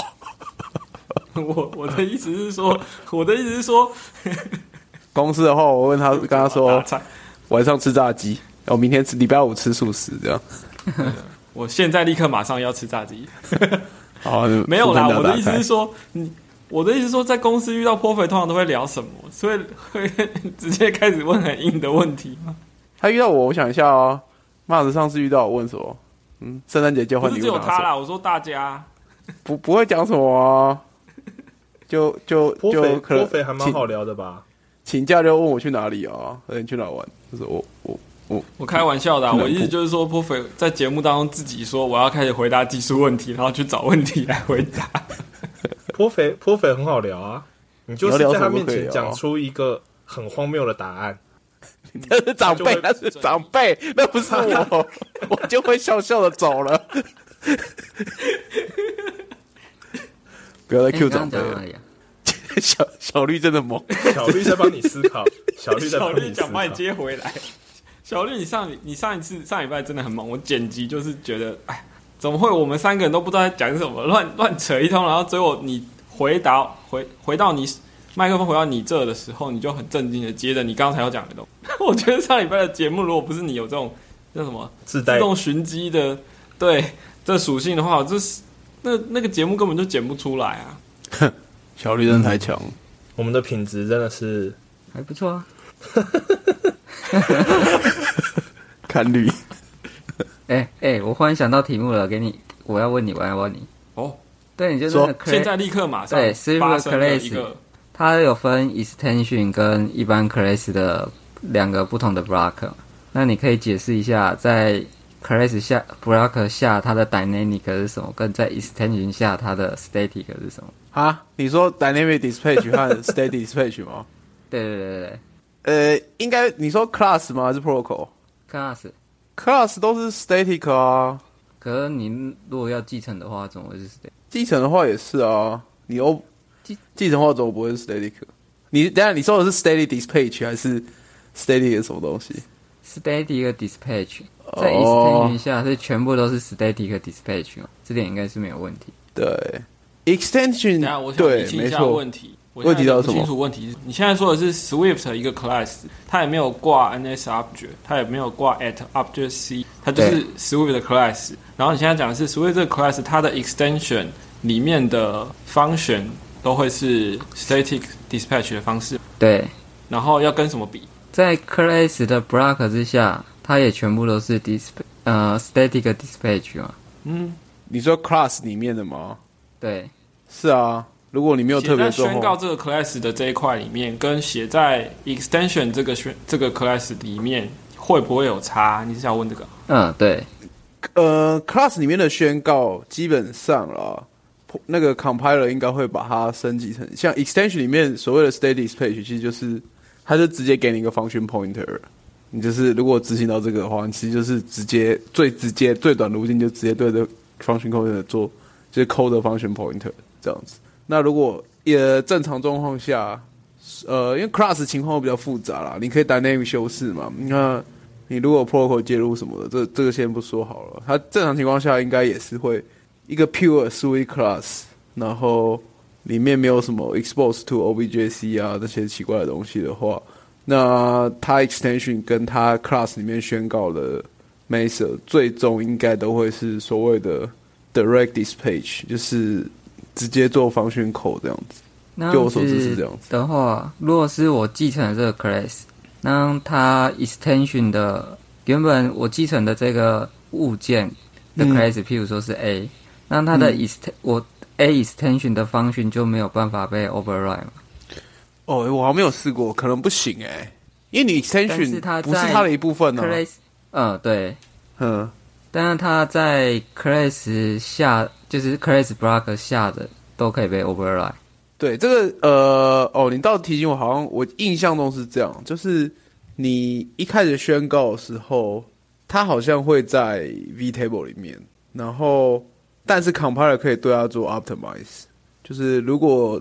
[SPEAKER 1] 我我的意思是说，我的意思是说，
[SPEAKER 3] 公司的话，我问他，跟他说
[SPEAKER 1] 打岔
[SPEAKER 3] 晚上吃炸鸡，我明天吃礼拜五吃素食这样。
[SPEAKER 1] 我现在立刻马上要吃炸鸡。
[SPEAKER 3] 好，
[SPEAKER 1] 没有啦，哎
[SPEAKER 3] 副班长
[SPEAKER 1] 我的
[SPEAKER 3] 打
[SPEAKER 1] 意思
[SPEAKER 3] 开
[SPEAKER 1] 是说，你我的意思是说，在公司遇到泼肥，通常都会聊什么？所以会 直接开始问很硬的问题 吗？
[SPEAKER 3] 他遇到我，我想一下哦。骂子上次遇到我问什么？嗯，圣诞节交
[SPEAKER 1] 不
[SPEAKER 3] 换
[SPEAKER 1] 是
[SPEAKER 3] 礼
[SPEAKER 1] 只
[SPEAKER 3] 物
[SPEAKER 1] 有
[SPEAKER 3] 拿
[SPEAKER 1] 他
[SPEAKER 3] 什么？
[SPEAKER 1] 啦，我说大家，
[SPEAKER 3] 不不会讲什么啊？就就
[SPEAKER 4] 泼
[SPEAKER 3] 就
[SPEAKER 4] 肥
[SPEAKER 3] 可能
[SPEAKER 4] 泼肥还蛮好聊的吧？
[SPEAKER 3] 请假就问我去哪里啊？你去哪玩？就是我我
[SPEAKER 1] 我开玩笑的啊、
[SPEAKER 3] 南部
[SPEAKER 1] 我意思就是说，泼肥在节目当中自己说我要开始回答技术问题，然后去找问题来回答。
[SPEAKER 4] 泼肥泼肥很好聊啊，你就是
[SPEAKER 3] 你要聊
[SPEAKER 4] 在他
[SPEAKER 3] 什么
[SPEAKER 4] 面
[SPEAKER 3] 都可以聊
[SPEAKER 4] 前
[SPEAKER 3] 啊
[SPEAKER 4] 讲出一个很荒谬的答案，
[SPEAKER 3] 那是长辈，那
[SPEAKER 4] 他
[SPEAKER 3] 是长辈，那不是 我，我就会笑笑的走了。不要再
[SPEAKER 2] 哎你
[SPEAKER 3] Q
[SPEAKER 2] 刚刚
[SPEAKER 3] 长
[SPEAKER 2] 讲
[SPEAKER 3] 辈
[SPEAKER 2] 到
[SPEAKER 3] 了
[SPEAKER 2] 哪，里啊？
[SPEAKER 3] 小小绿真的猛。
[SPEAKER 4] 小绿在帮你思 考，小绿在
[SPEAKER 1] 小
[SPEAKER 4] 帮
[SPEAKER 1] 绿
[SPEAKER 4] 你思
[SPEAKER 1] 想把你
[SPEAKER 4] 考。
[SPEAKER 1] 接回来。小绿，你上你上一次上礼拜真的很忙，我剪辑就是觉得，哎，怎么会我们三个人都不知道在讲什么，乱乱扯一通，然后最后你回答回回到你麦克风回到你这的时候，你就很震惊的接着你刚才要讲的东西。 我觉得上礼拜的节目，如果不是你有这种叫什么
[SPEAKER 4] 自带
[SPEAKER 1] 自动寻机的对这属性的话，这是那那个节目根本就剪不出来啊。
[SPEAKER 3] 小绿真的太强了，
[SPEAKER 4] 我们的品质真的是
[SPEAKER 2] 还不错啊。
[SPEAKER 3] 看绿。
[SPEAKER 2] 哎、哎、我忽然想到题目了，给你，我要问你，我要问你。
[SPEAKER 1] 哦，
[SPEAKER 2] 对，你就那个
[SPEAKER 3] 说
[SPEAKER 2] cra-
[SPEAKER 1] 现在立刻马上
[SPEAKER 2] 对，Silver
[SPEAKER 1] 发生了一
[SPEAKER 2] Class
[SPEAKER 1] 个
[SPEAKER 2] 它有分 extension 跟一般 class 的两个不同的 block。那你可以解释一下，在 class 下 block 下它的 dynamic 是什么，跟在 extension 下它的 static 是什么？
[SPEAKER 3] 啊，你说 dynamic dispatch 和 steady dispatch 吗？
[SPEAKER 2] 对对对对对
[SPEAKER 3] 呃，应该你说 class 吗？还是 protocol？class
[SPEAKER 2] ，class。
[SPEAKER 3] 都是 static 啊，
[SPEAKER 2] 可是你如果要继承的话，怎么会是 static？
[SPEAKER 3] 继承的话也是啊。你 O
[SPEAKER 2] 继
[SPEAKER 3] 继承的话怎么不会是 static？你等一下你说的是 steady dispatch 还是 steady 的什么东西？
[SPEAKER 2] static dispatch
[SPEAKER 3] 哦
[SPEAKER 2] 在 extension 下是全部都是 static dispatch 嘛？这点应该是没有问题。
[SPEAKER 3] 对，extension
[SPEAKER 1] 等一下我想
[SPEAKER 3] 嗯对
[SPEAKER 1] 理，清
[SPEAKER 3] 没
[SPEAKER 1] 一下
[SPEAKER 3] 错
[SPEAKER 1] 问，题。我
[SPEAKER 3] 问题
[SPEAKER 1] 现在搞
[SPEAKER 3] 到什
[SPEAKER 1] 不
[SPEAKER 3] 么
[SPEAKER 1] 清楚问题是，你现在说的是 Swift 一个 class，它也没有挂 NS object，它也没有挂 at object C，它就是 Swift 的 class。然后你现在讲的是 Swift 这个 class，它的 extension 里面的 function 都会是 static dispatch 的方式，
[SPEAKER 2] 对，
[SPEAKER 1] 然后要跟什么比？
[SPEAKER 2] 在 class 的 block 之下，它也全部都是 dis p 呃 static dispatch 嘛？
[SPEAKER 1] 嗯，
[SPEAKER 3] 你说 class 里面的吗？
[SPEAKER 2] 对，
[SPEAKER 3] 是啊，如果你没有
[SPEAKER 1] 写
[SPEAKER 3] 特别
[SPEAKER 1] 在
[SPEAKER 3] 做
[SPEAKER 1] 宣告
[SPEAKER 3] 后，
[SPEAKER 1] 这个 class 的这一块里面，跟写在 extension 这个宣这个 class 里面会不会有差？你是想问这个？
[SPEAKER 2] 嗯，对，
[SPEAKER 3] 呃，class 里面的宣告基本上啦，那个 compiler 应该会把它升级成像 extension 里面所谓的 static dispatch，其实就是它就直接给你一个 function pointer，你就是如果执行到这个的话，你其实就是直接最直接最短路径，就直接对着 function pointer 做，就是 call 的 function pointer 这样子。那如果也正常状况下，呃，因为 class 情况会比较复杂啦，你可以 dynamic 修饰嘛。那你如果 protocol 介入什么的，这这个先不说好了。它正常情况下应该也是会一个 pure sui class，然后里面没有什么 expose to objc 啊这些奇怪的东西的话，那它 extension 跟它 class 里面宣告的 method 最终应该都会是所谓的 direct dispatch，就是直接做防汛口这样子。
[SPEAKER 2] 那
[SPEAKER 3] 就我所知是这样子
[SPEAKER 2] 的话，如果是我继承的这个 class，那它 extension 的原本我继承的这个物件的
[SPEAKER 3] 嗯
[SPEAKER 2] class，、譬如说是 A，那它的 ext、我 A extension 的 function 就没有办法被 override 嘛？
[SPEAKER 3] 哦，我好像没有试过，可能不行哎、因为你
[SPEAKER 2] 但是它
[SPEAKER 3] extension 不是
[SPEAKER 2] 在
[SPEAKER 3] 它的一部分呢、啊
[SPEAKER 2] class，嗯，对，
[SPEAKER 3] 嗯，
[SPEAKER 2] 但是它在 class 下，就是 class block 下的都可以被 override。
[SPEAKER 3] 对，这个呃，哦，你倒提醒我，好像我印象中是这样，就是你一开始宣告的时候，它好像会在 V table 里面，然后但是 compiler 可以对它做 optimize，就是如果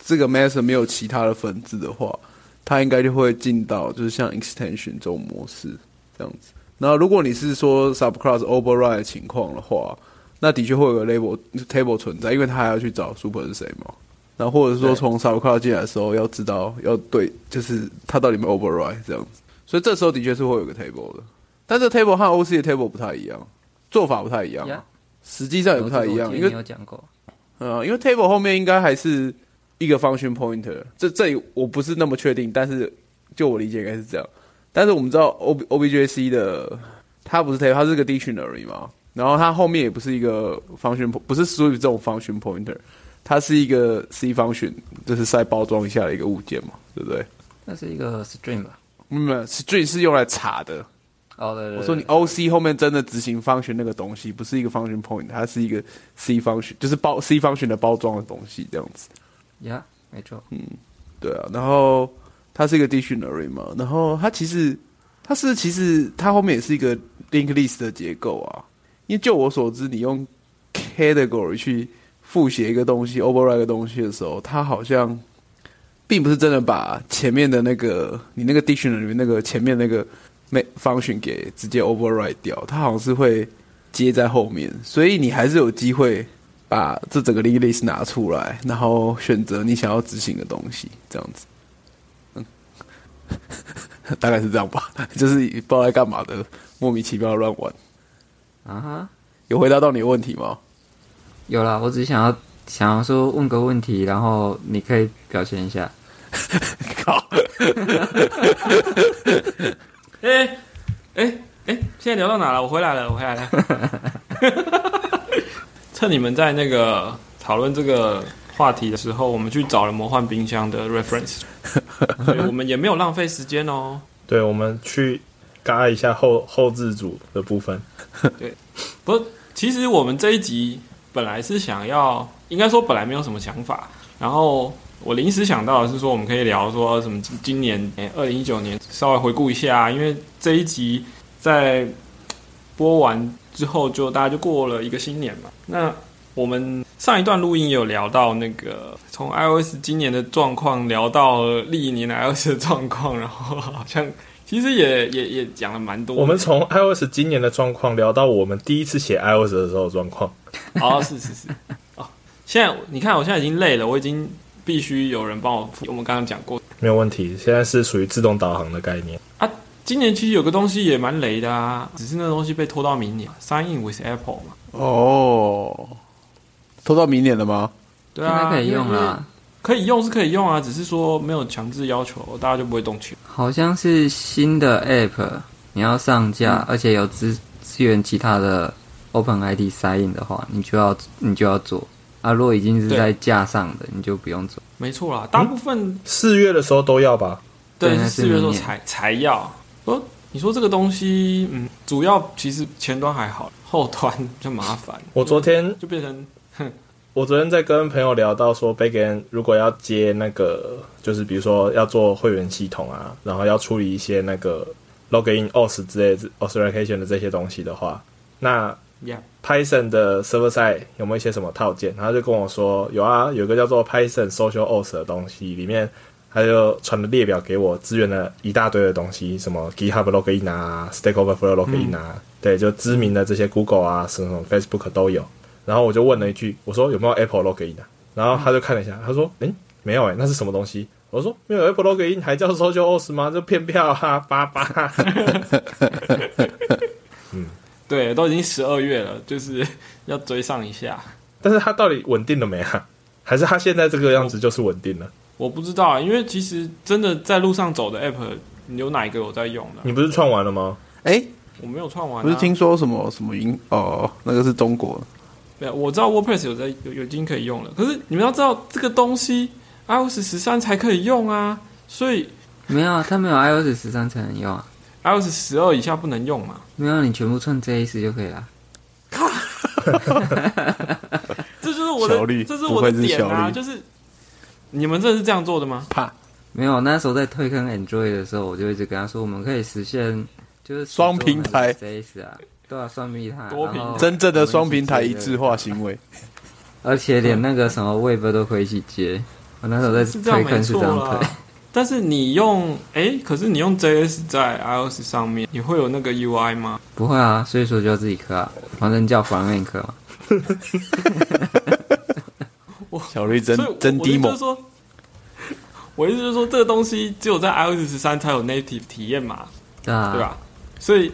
[SPEAKER 3] 这个 method 没有其他的分支的话，它应该就会进到就是像 extension 这种模式这样子。然后如果你是说 subclass override 的情况的话，那的确会有个 label table 存在，因为它还要去找 super 是谁嘛。然后或者说从 subclass 进来的时候，要知道要对，就是它到底有没有 override 这样子。所以这时候的确是会有个 table 的，但这 table 和 OC 的 table 不太一样，做法不太一样啊
[SPEAKER 2] Yeah
[SPEAKER 3] 实际上也不太一
[SPEAKER 2] 我
[SPEAKER 3] 样，
[SPEAKER 2] 记
[SPEAKER 3] 因
[SPEAKER 2] 得
[SPEAKER 3] 为
[SPEAKER 2] 你有讲过，
[SPEAKER 3] 呃，因为 table 后面应该还是一个 function pointer，这这里我不是那么确定，但是就我理解应该是这样。但是我们知道 O O B J C 的它不是 table，它是个 dictionary 嘛，然后它后面也不是一个 function，po- 不是 Swift 这种 function pointer，它是一个 C function，就是再包装一下的一个物件嘛，对不对？
[SPEAKER 2] 那是一个 string 吧？
[SPEAKER 3] 没有，string 是用来查的。
[SPEAKER 2] 哦，对对对
[SPEAKER 3] 我说你 O C 后面真的执行 function 那个东西，不是一个 function point，它是一个 C function，就是包 C function 的包装的东西这样子。
[SPEAKER 2] 呀没错，
[SPEAKER 3] 对啊，然后它是一个 dictionary 嘛，然后它其实它是其实它后面也是一个 linked list 的结构啊，因为就我所知，你用 category 去复写一个东西 override 一个东西的时候，它好像并不是真的把前面的那个你那个 dictionary 里面那个前面那个 ma- function 给直接 override 掉，它好像是会接在后面，所以你还是有机会把这整个 linked list 拿出来，然后选择你想要执行的东西，这样子。嗯， 大概是这样吧，就是不知道在干嘛的，莫名其妙乱玩。
[SPEAKER 2] 啊哈，
[SPEAKER 3] 有回答到你的问题吗？
[SPEAKER 2] 有啦，我只想要想要说问个问题，然后你可以表现一下。
[SPEAKER 3] 靠，
[SPEAKER 1] 哎哎哎，现在聊到哪了？我回来了，我回来了。趁你们在那个讨论这个话题的时候，我们去找了魔幻冰箱的 reference，所以我们也没有浪费时间哦。
[SPEAKER 4] 对，我们去嘎一下后后置组的部分。
[SPEAKER 1] 不是，其实我们这一集本来是想要，应该说本来没有什么想法，然后我临时想到的是说，我们可以聊说什么今今年哎二零一九年稍微回顾一下，因为这一集在播完之后就大家就过了一个新年嘛。那我们上一段录音也有聊到那个从 iOS 今年的状况聊到历年的 iOS 的状况，然后好像其实也也也讲了蛮多的。
[SPEAKER 4] 我们从 iOS 今年的状况聊到我们第一次写 iOS 的时候的状况。
[SPEAKER 1] 哦，是是是，哦，现在你看，我现在已经累了，我已经必须有人帮我付。我们刚刚讲过，
[SPEAKER 4] 没有问题，现在是属于自动导航的概念。
[SPEAKER 1] 今年其实有个东西也蛮雷的啊，只是那东西被拖到明年，Sign in with Apple 嘛。
[SPEAKER 3] 哦，拖到明年了吗？
[SPEAKER 1] 对
[SPEAKER 2] 现在
[SPEAKER 1] 啊，
[SPEAKER 2] 可以用
[SPEAKER 1] 因为
[SPEAKER 2] 啦，，
[SPEAKER 1] 可以用是可以用啊，只是说没有强制要求，大家就不会动钱。
[SPEAKER 2] 好像是新的 app，你要上架，而且有支支援其他的 OpenID sign in 的话，你就要你就要做。啊，如果已经是
[SPEAKER 1] 对
[SPEAKER 2] 在架上的，你就不用做。
[SPEAKER 1] 没错啦，大部分、
[SPEAKER 4] 四月的时候都要吧？
[SPEAKER 1] 对
[SPEAKER 2] 嗯对那
[SPEAKER 1] 是
[SPEAKER 2] 是
[SPEAKER 1] 四月的时候
[SPEAKER 2] 明年
[SPEAKER 1] 才才要。哦，你说这个东西，嗯，主要其实前端还好，后端 就麻烦。
[SPEAKER 4] 我昨天
[SPEAKER 1] 就变成
[SPEAKER 4] 我昨天在跟朋友聊到说 b e g a n 如果要接那个，就是比如说要做会员系统啊，然后要处理一些那个 login auth 之类的 authentication 的这些东西的话，那
[SPEAKER 1] Yeah
[SPEAKER 4] Python 的 server side 有没有一些什么套件？然后就跟我说有啊，有一个叫做 Python Social Auth 的东西，里面他就传了列表给我，支援了一大堆的东西，什么 GitHub login 啊，Stack Overflow login 啊，对，就知名的这些 Google 啊，什么什么 Facebook 都有。然后我就问了一句，我说有没有 Apple login 啊？然后他就看了一下，他说，诶，没有诶，那是什么东西？我说没有 Apple login 还叫 Social Auth 吗？这骗票啊，八八。
[SPEAKER 1] 对，都已经十二月了，就是 要追上一下。
[SPEAKER 4] 但是它到底稳定了没啊？还是它现在这个样子就是稳定了？
[SPEAKER 1] 我不知道啊，因为其实真的在路上走的 app，你有哪一个我在用的？
[SPEAKER 4] 你不是串完了吗？
[SPEAKER 3] 哎，
[SPEAKER 1] 我没有串完、啊，
[SPEAKER 3] 不是听说什么什么英哦，那个是中国
[SPEAKER 1] 没有，我知道 WordPress 有在有有已经可以用了，可是你们要知道这个东西 iOS 十三才可以用啊，所以
[SPEAKER 2] 没有啊，它没有 iOS 十三才能用啊，
[SPEAKER 1] iOS 十二以下不能用嘛。
[SPEAKER 2] 没有你全部串 JS 就可以了。
[SPEAKER 1] 这就是我的
[SPEAKER 3] 小绿，
[SPEAKER 1] 这是我的
[SPEAKER 3] 不愧是
[SPEAKER 1] 点
[SPEAKER 3] 小
[SPEAKER 1] 啊，
[SPEAKER 3] 绿
[SPEAKER 1] 就是你们真的是这样做的吗？
[SPEAKER 3] 怕
[SPEAKER 2] 没有，那时候在推坑 Android 的时候，我就一直跟他说，我们可以实现就是
[SPEAKER 3] 双平台
[SPEAKER 2] JS 啊，对啊，双平台，
[SPEAKER 1] 多平台
[SPEAKER 2] 然后
[SPEAKER 3] 真正的双平台
[SPEAKER 2] 我们
[SPEAKER 3] 一
[SPEAKER 2] 起
[SPEAKER 3] 致化行为，
[SPEAKER 2] 而且连那个什么 Web 都可以一起接。我那时候在
[SPEAKER 1] 是这样
[SPEAKER 2] 推
[SPEAKER 1] 没
[SPEAKER 2] 坑是
[SPEAKER 1] 错啊
[SPEAKER 2] 这样推
[SPEAKER 1] 啦，。但是你用诶，可是你用 JS 在 iOS 上面，你会有那个 UI 吗？
[SPEAKER 2] 不会啊，所以说就要自己磕啊，反正叫防面磕嘛。
[SPEAKER 3] 小绿真
[SPEAKER 1] 所以我
[SPEAKER 3] 真
[SPEAKER 1] 我的意思就
[SPEAKER 3] 低
[SPEAKER 1] 是
[SPEAKER 3] 猛，
[SPEAKER 1] 说，我的意思就是说，这个东西只有在 iOS 十三才有 native 体验嘛。
[SPEAKER 2] 对啊，
[SPEAKER 1] 对吧？所以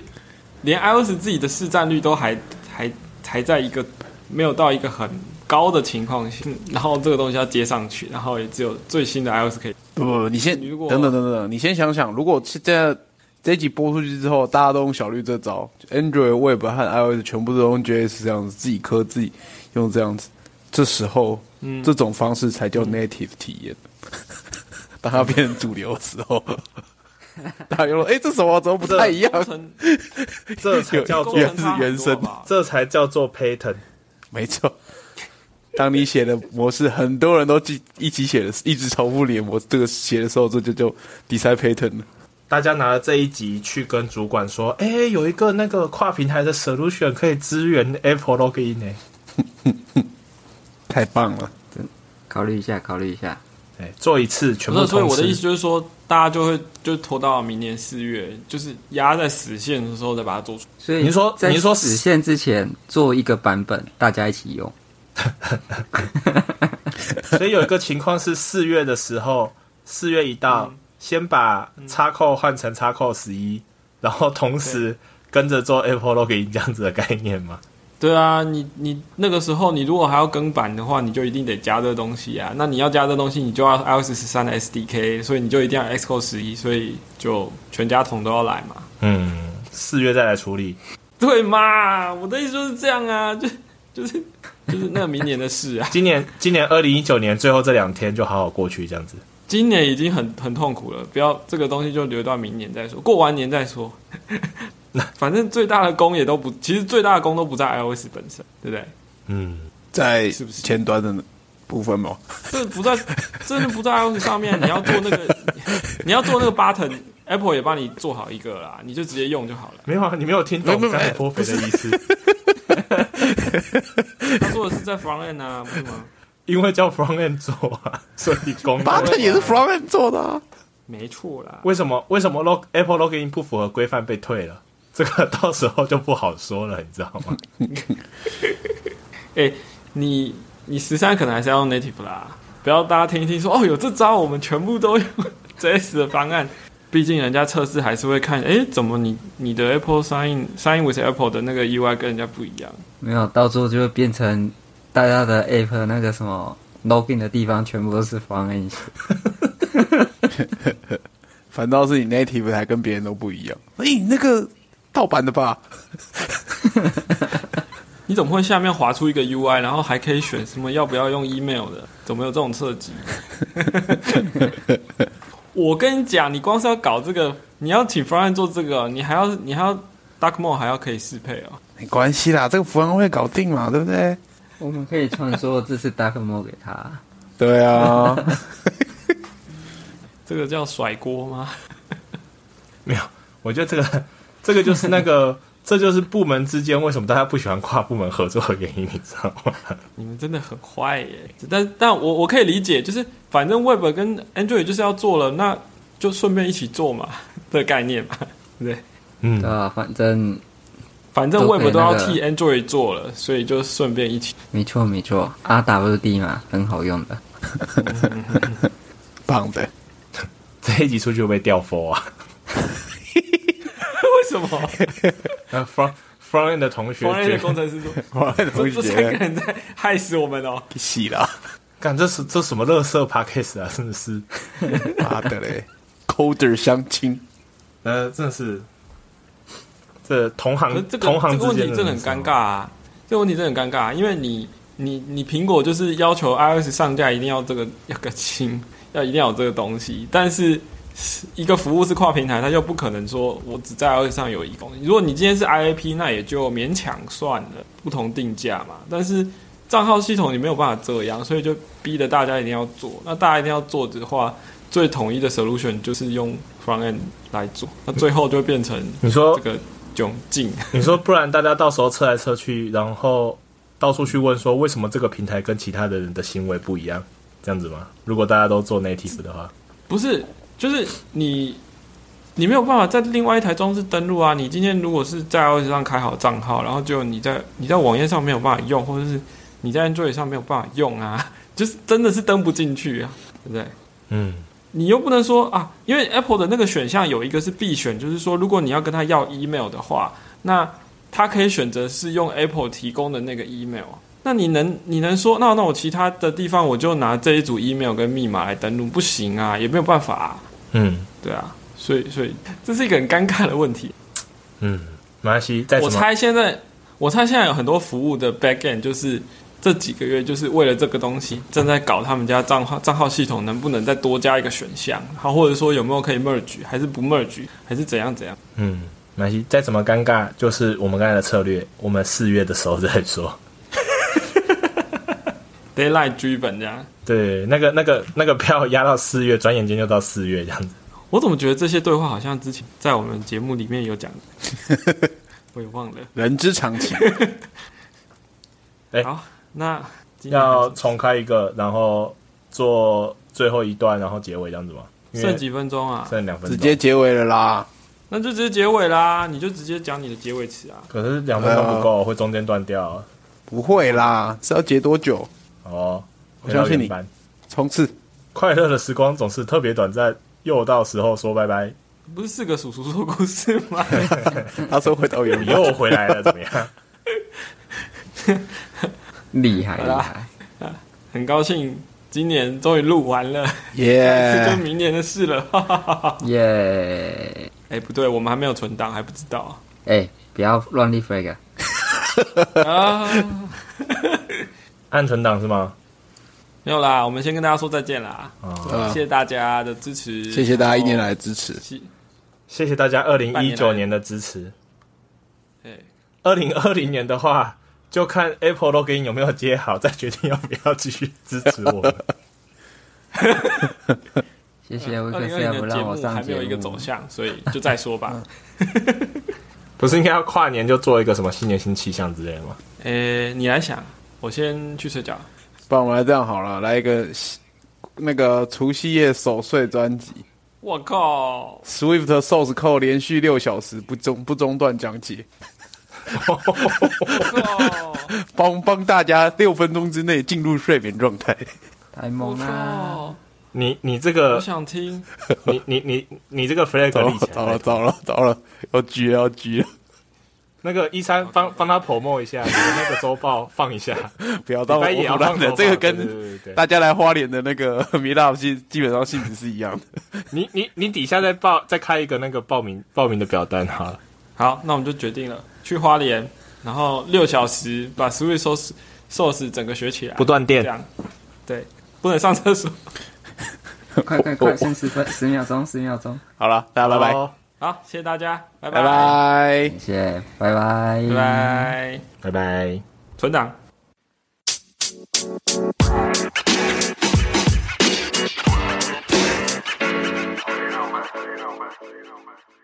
[SPEAKER 1] 连 iOS 自己的市占率都还还还在一个没有到一个很高的情况下，嗯然后这个东西要接上去，然后也只有最新的 iOS 可以。
[SPEAKER 3] 不不不，你先
[SPEAKER 1] 你如果
[SPEAKER 3] 等等等等，你先想想，如果现在这一集播出去之后，大家都用小绿这招就，Android、Web 和 iOS 全部都用 JS 这样子，自己磕自己用这样子，这时候、
[SPEAKER 1] 嗯
[SPEAKER 3] 这种方式才叫 native 体验。 当它变成主流的时候， 大家用了，哎、这什么怎么不太一样？
[SPEAKER 1] 工 程
[SPEAKER 4] 这才叫做
[SPEAKER 1] 工程
[SPEAKER 3] 是
[SPEAKER 1] 差很多
[SPEAKER 3] 原生
[SPEAKER 1] 吧
[SPEAKER 4] 这才叫做 pattern。
[SPEAKER 3] 没错。当你写的模式，很多人都记一起写的，一直重复你的模这个写的时候，这就叫 design pattern 了。
[SPEAKER 4] 大家拿了这一集去跟主管说，哎、有一个那个跨平台的 solution 可以支援 Apple login 呢、
[SPEAKER 3] 太棒了！
[SPEAKER 2] 考虑一下，考虑一下。
[SPEAKER 4] 哎、做一次全
[SPEAKER 1] 不
[SPEAKER 4] 部
[SPEAKER 1] 是，所
[SPEAKER 4] 通
[SPEAKER 1] 以我的意思
[SPEAKER 4] 吃。
[SPEAKER 1] 就是说，大家就会就拖到明年四月，就是压在死线的时候再把它做出。
[SPEAKER 2] 所以
[SPEAKER 4] 你说
[SPEAKER 2] 在
[SPEAKER 4] 你说
[SPEAKER 2] 实现之前做一个版本，大家一起用。
[SPEAKER 4] 所以有一个情况是四月的时候，四月一到，先把插扣换成插扣十一，然后同时跟着做 Apple login 这样子的概念嘛。
[SPEAKER 1] 对啊，你你那个时候你如果还要更版的话，你就一定得加这东西啊。那你要加这东西，你就要 iOS 十三的 SDK，所以你就一定要 Xcode 十一，所以就全家桶都要来嘛。
[SPEAKER 4] 嗯，四月再来处理。。
[SPEAKER 1] 对嘛？我的意思就是这样啊， 就就是就是那明年的事啊
[SPEAKER 4] 今年今年二零一九年最后这两天就好好过去这样子。
[SPEAKER 1] 今年已经很很痛苦了，不要这个东西就留到明年再说，过完年再说。 反正最大的功也都不，其实最大的功都不在 iOS 本身，对不对？
[SPEAKER 4] 嗯，
[SPEAKER 3] 在
[SPEAKER 1] 是不是
[SPEAKER 3] 前端的部 分吗？
[SPEAKER 1] 这不在，真的不在 iOS 上面。你要做那个，你要做那个 button，Apple 也帮你做好一个啦，你就直接用就好了。
[SPEAKER 4] 没有啊，你没有听懂刚才波肥的意思，
[SPEAKER 1] 他做的是在 front end 啊，不是吗？
[SPEAKER 4] 因为叫 from and 做啊，所以公
[SPEAKER 3] 巴特也是
[SPEAKER 1] 啊
[SPEAKER 3] From n 做的啊，
[SPEAKER 1] 没错啦。
[SPEAKER 4] 为什么为什么 log Apple login 不符合规范被退了？这个到时候就不好说了，你知道吗？
[SPEAKER 1] 哎、你你十三可能还是要用 native 啦，不要大家听一听说哦，有这招，我们全部都用 JS 的方案。毕竟人家测试还是会看，哎、怎么你你的 Apple Sign Sign with Apple 的那个 UI 跟人家不一样？
[SPEAKER 2] 没有，到最后就会变成大家的 App 那个什么 login 的地方全部都是方案写。
[SPEAKER 3] 反倒是你 native 还跟别人都不一样。哎、你那个盗版的吧？
[SPEAKER 1] 你怎么会下面划出一个 UI，然后还可以选什么要不要用 email 的？怎么有这种设计？ 我跟你讲，你光是要搞这个，你要请 f r i n 做这个，你还要你还要 Dark Mode 还要可以适配哦。
[SPEAKER 3] 没关系啦，这个福安会搞定嘛，对不对？
[SPEAKER 2] 我们可以传说这是 Dark Mode 给他，
[SPEAKER 3] 对啊，
[SPEAKER 1] 这个叫甩锅吗？
[SPEAKER 4] 没有，我觉得这个 这个就是那个， 这就是部门之间为什么大家不喜欢跨部门合作的原因，你知道吗？
[SPEAKER 1] 你们真的很坏耶！但但我我可以理解，就是反正 Web 跟 Android 就是要做了，那就顺便一起做嘛的概念嘛，对不对？
[SPEAKER 4] 嗯
[SPEAKER 2] 对，啊，反正
[SPEAKER 1] 反正
[SPEAKER 2] 都可以
[SPEAKER 1] Web 都要
[SPEAKER 2] 那个
[SPEAKER 1] 替 Android 做了，所以就顺便一起。
[SPEAKER 2] 没错没错，RWD 嘛，很好用的。
[SPEAKER 3] 棒的。
[SPEAKER 4] 这一集出去会不会掉 f 啊？
[SPEAKER 1] 为 什么？
[SPEAKER 4] 那 from from in 的同学
[SPEAKER 1] 黄人
[SPEAKER 4] 觉
[SPEAKER 1] 的
[SPEAKER 4] 得
[SPEAKER 1] 工，程师说，
[SPEAKER 3] 我的同
[SPEAKER 1] 这这三个
[SPEAKER 3] 学
[SPEAKER 1] 人在害死我们哦！
[SPEAKER 3] 洗了，
[SPEAKER 4] 干这是这什么乐色 p a c k a g e 啊，真的是，
[SPEAKER 3] 妈的嘞，coder 相亲，
[SPEAKER 4] 呃，真的是，这同
[SPEAKER 1] 可是
[SPEAKER 4] 行
[SPEAKER 1] 这个
[SPEAKER 4] 同
[SPEAKER 1] 这
[SPEAKER 4] 行
[SPEAKER 1] 个
[SPEAKER 4] 之
[SPEAKER 1] 问题
[SPEAKER 4] 间
[SPEAKER 1] 真的很尴尬啊！这个问题真的很尴尬，啊因为你你你苹果就是要求 iOS 上架一定要这个要个清，要一定要有这个东西，但是是一个服务是跨平台，它就不可能说我只在 iOS 上有一个。如果你今天是 IAP，那也就勉强算了，不同定价嘛。但是账号系统你没有办法这样，所以就逼得大家一定要做。那大家一定要做的话，最统一的 solution 就是用 front end 来做，那最后就会变成
[SPEAKER 4] 你说
[SPEAKER 1] 这个窘境。
[SPEAKER 4] 你说，不然大家到时候测来测去，然后到处去问说为什么这个平台跟其他的人的行为不一样，这样子吗？如果大家都做 native 的话，
[SPEAKER 1] 不是，就是你，你没有办法在另外一台装置登录啊。你今天如果是在 iOS 上开好账号，然后就你在你在网页上没有办法用，或者是你在 Android 上没有办法用啊， 就是真的是登不进去啊，对不对？
[SPEAKER 4] 嗯，
[SPEAKER 1] 你又不能说啊，因为 Apple 的那个选项有一个是必选，就是说如果你要跟他要 email 的话，那他可以选择是用 Apple 提供的那个 email。那啊你能你能说那那我其他的地方我就拿这一组 email 跟密码来登录，不行啊，也没有办法、啊。
[SPEAKER 4] 嗯
[SPEAKER 1] 对啊，所以所以这是一个很尴尬的问题。
[SPEAKER 4] 嗯，没关系，在
[SPEAKER 1] 我
[SPEAKER 4] 什么？
[SPEAKER 1] 猜现在，我猜现在有很多服务的 backend 就是这几个月就是为了这个东西正在搞他们家账号账号系统能不能再多加一个选项，好，或者说有没有可以 merge，还是不 merge，还是怎样怎样？
[SPEAKER 4] 嗯，没关系，再怎么尴尬，就是我们刚才的策略，我们四月的时候再说。
[SPEAKER 1] d a y l i g h t 剧本这样。
[SPEAKER 4] 对，那个那个那个票压到四月，转眼间就到四月这样子。
[SPEAKER 1] 我怎么觉得这些对话好像之前在我们节目里面有讲， 我也忘了。
[SPEAKER 3] 人之常 情。
[SPEAKER 4] 哎
[SPEAKER 1] 好，那今天
[SPEAKER 4] 要重开一个，然后做最后一段，然后结尾这样子吗？因为
[SPEAKER 1] 剩几分钟啊？
[SPEAKER 4] 剩两分
[SPEAKER 3] 直
[SPEAKER 4] 钟，
[SPEAKER 3] 接结尾了啦，
[SPEAKER 1] 那就直接结尾啦，你就直接讲你的结尾词啊。
[SPEAKER 4] 可是两分钟不
[SPEAKER 3] 啊
[SPEAKER 4] 够，会中间断掉。
[SPEAKER 3] 不会啦，是要结多久？
[SPEAKER 4] 哦，
[SPEAKER 3] 我相信你
[SPEAKER 4] 回到原班
[SPEAKER 3] 冲刺！
[SPEAKER 4] 快乐的时光总是特别短暂，又到时候说拜拜，
[SPEAKER 1] 不是四个叔叔说故事吗？
[SPEAKER 3] 他说回到原
[SPEAKER 4] 你
[SPEAKER 3] 本，
[SPEAKER 4] 又回来了，怎么样？
[SPEAKER 2] 厉害
[SPEAKER 1] 好
[SPEAKER 2] 厉
[SPEAKER 1] 啦
[SPEAKER 2] 害，
[SPEAKER 1] 很高兴今年终于录完 了，这就
[SPEAKER 3] 耶！
[SPEAKER 1] 明年的事了。 哈哈哈哈
[SPEAKER 2] 耶！
[SPEAKER 1] 哎，不对，我们还没有存档，还不知 道
[SPEAKER 2] 哎，不要乱立 flag，
[SPEAKER 1] 啊。
[SPEAKER 4] 按存档是吗？
[SPEAKER 1] 没有啦，我们先跟大家说再见啦，
[SPEAKER 4] 啊，
[SPEAKER 3] 嗯
[SPEAKER 1] 谢谢大家的支持，
[SPEAKER 3] 谢谢大家一年
[SPEAKER 1] 然后。
[SPEAKER 3] 来的支持，
[SPEAKER 1] 谢
[SPEAKER 4] 谢谢大家二零
[SPEAKER 1] 半
[SPEAKER 4] 一
[SPEAKER 1] 年来
[SPEAKER 4] 九年的支持。
[SPEAKER 1] 哎，
[SPEAKER 4] 二零二零年的话，就看 Apple 都给你有没有接好，再决定要不要继续支持 我们。
[SPEAKER 2] 谢谢
[SPEAKER 1] 二
[SPEAKER 2] w 克
[SPEAKER 1] 零
[SPEAKER 2] 斯
[SPEAKER 1] 二
[SPEAKER 2] 亚
[SPEAKER 1] 零
[SPEAKER 2] 不
[SPEAKER 1] 的节
[SPEAKER 2] 让我
[SPEAKER 1] 目
[SPEAKER 2] 上
[SPEAKER 1] 还没
[SPEAKER 2] 节
[SPEAKER 1] 有一个走
[SPEAKER 2] 目，
[SPEAKER 1] 向，所以就再说 吧。
[SPEAKER 4] 不是应该要跨年就做一个什么新年新气象之类的吗？
[SPEAKER 2] 嗯
[SPEAKER 1] 哎，你来想，我先去睡觉。
[SPEAKER 3] 不然我们来这样好了，来一个那个除夕夜守岁专辑
[SPEAKER 1] 我靠，
[SPEAKER 3] ，Swift Source Code 连续六小时不中不中断讲解，
[SPEAKER 1] 我 靠，
[SPEAKER 3] 帮帮大家六分钟之内进入睡眠状态。
[SPEAKER 2] 太
[SPEAKER 1] 我
[SPEAKER 2] 猛啦！
[SPEAKER 1] 靠，
[SPEAKER 4] 你你这
[SPEAKER 1] 我
[SPEAKER 4] 个
[SPEAKER 1] 想听。
[SPEAKER 4] 你你你你这个 flag
[SPEAKER 3] 糟
[SPEAKER 4] 立
[SPEAKER 3] 了
[SPEAKER 4] 起 来
[SPEAKER 3] 糟，了糟了糟了，要狙了要狙了！
[SPEAKER 4] 那个一三帮帮他 promo 一下，你的那个周报放一下。
[SPEAKER 3] 不要当我
[SPEAKER 4] 礼拜一也要
[SPEAKER 3] 胡乱的，
[SPEAKER 4] 放周报
[SPEAKER 3] 这个
[SPEAKER 4] 对对
[SPEAKER 3] 跟
[SPEAKER 4] 对对对
[SPEAKER 3] 大家来花莲的那个 meet up 是基本上性质是一样的。
[SPEAKER 4] 你你你底下再报再开一个那个报名报名的表单好了。
[SPEAKER 1] 好，那我们就决定了去花莲，然后六小时把 Swiss Sauce Sauce 整个学起来，
[SPEAKER 4] 不断
[SPEAKER 1] 这
[SPEAKER 4] 电，
[SPEAKER 1] 样，对，不能上厕所。
[SPEAKER 2] 快快快，剩十分十秒钟，十秒钟，
[SPEAKER 3] 好了，大家拜拜，
[SPEAKER 4] 好，
[SPEAKER 1] 好，谢谢大家，拜
[SPEAKER 3] 拜
[SPEAKER 1] 拜
[SPEAKER 3] 拜。
[SPEAKER 2] 谢谢，拜拜，
[SPEAKER 1] 拜拜，
[SPEAKER 4] 拜拜。
[SPEAKER 1] 存档。
[SPEAKER 5] You know, man. You know, man. You know, man.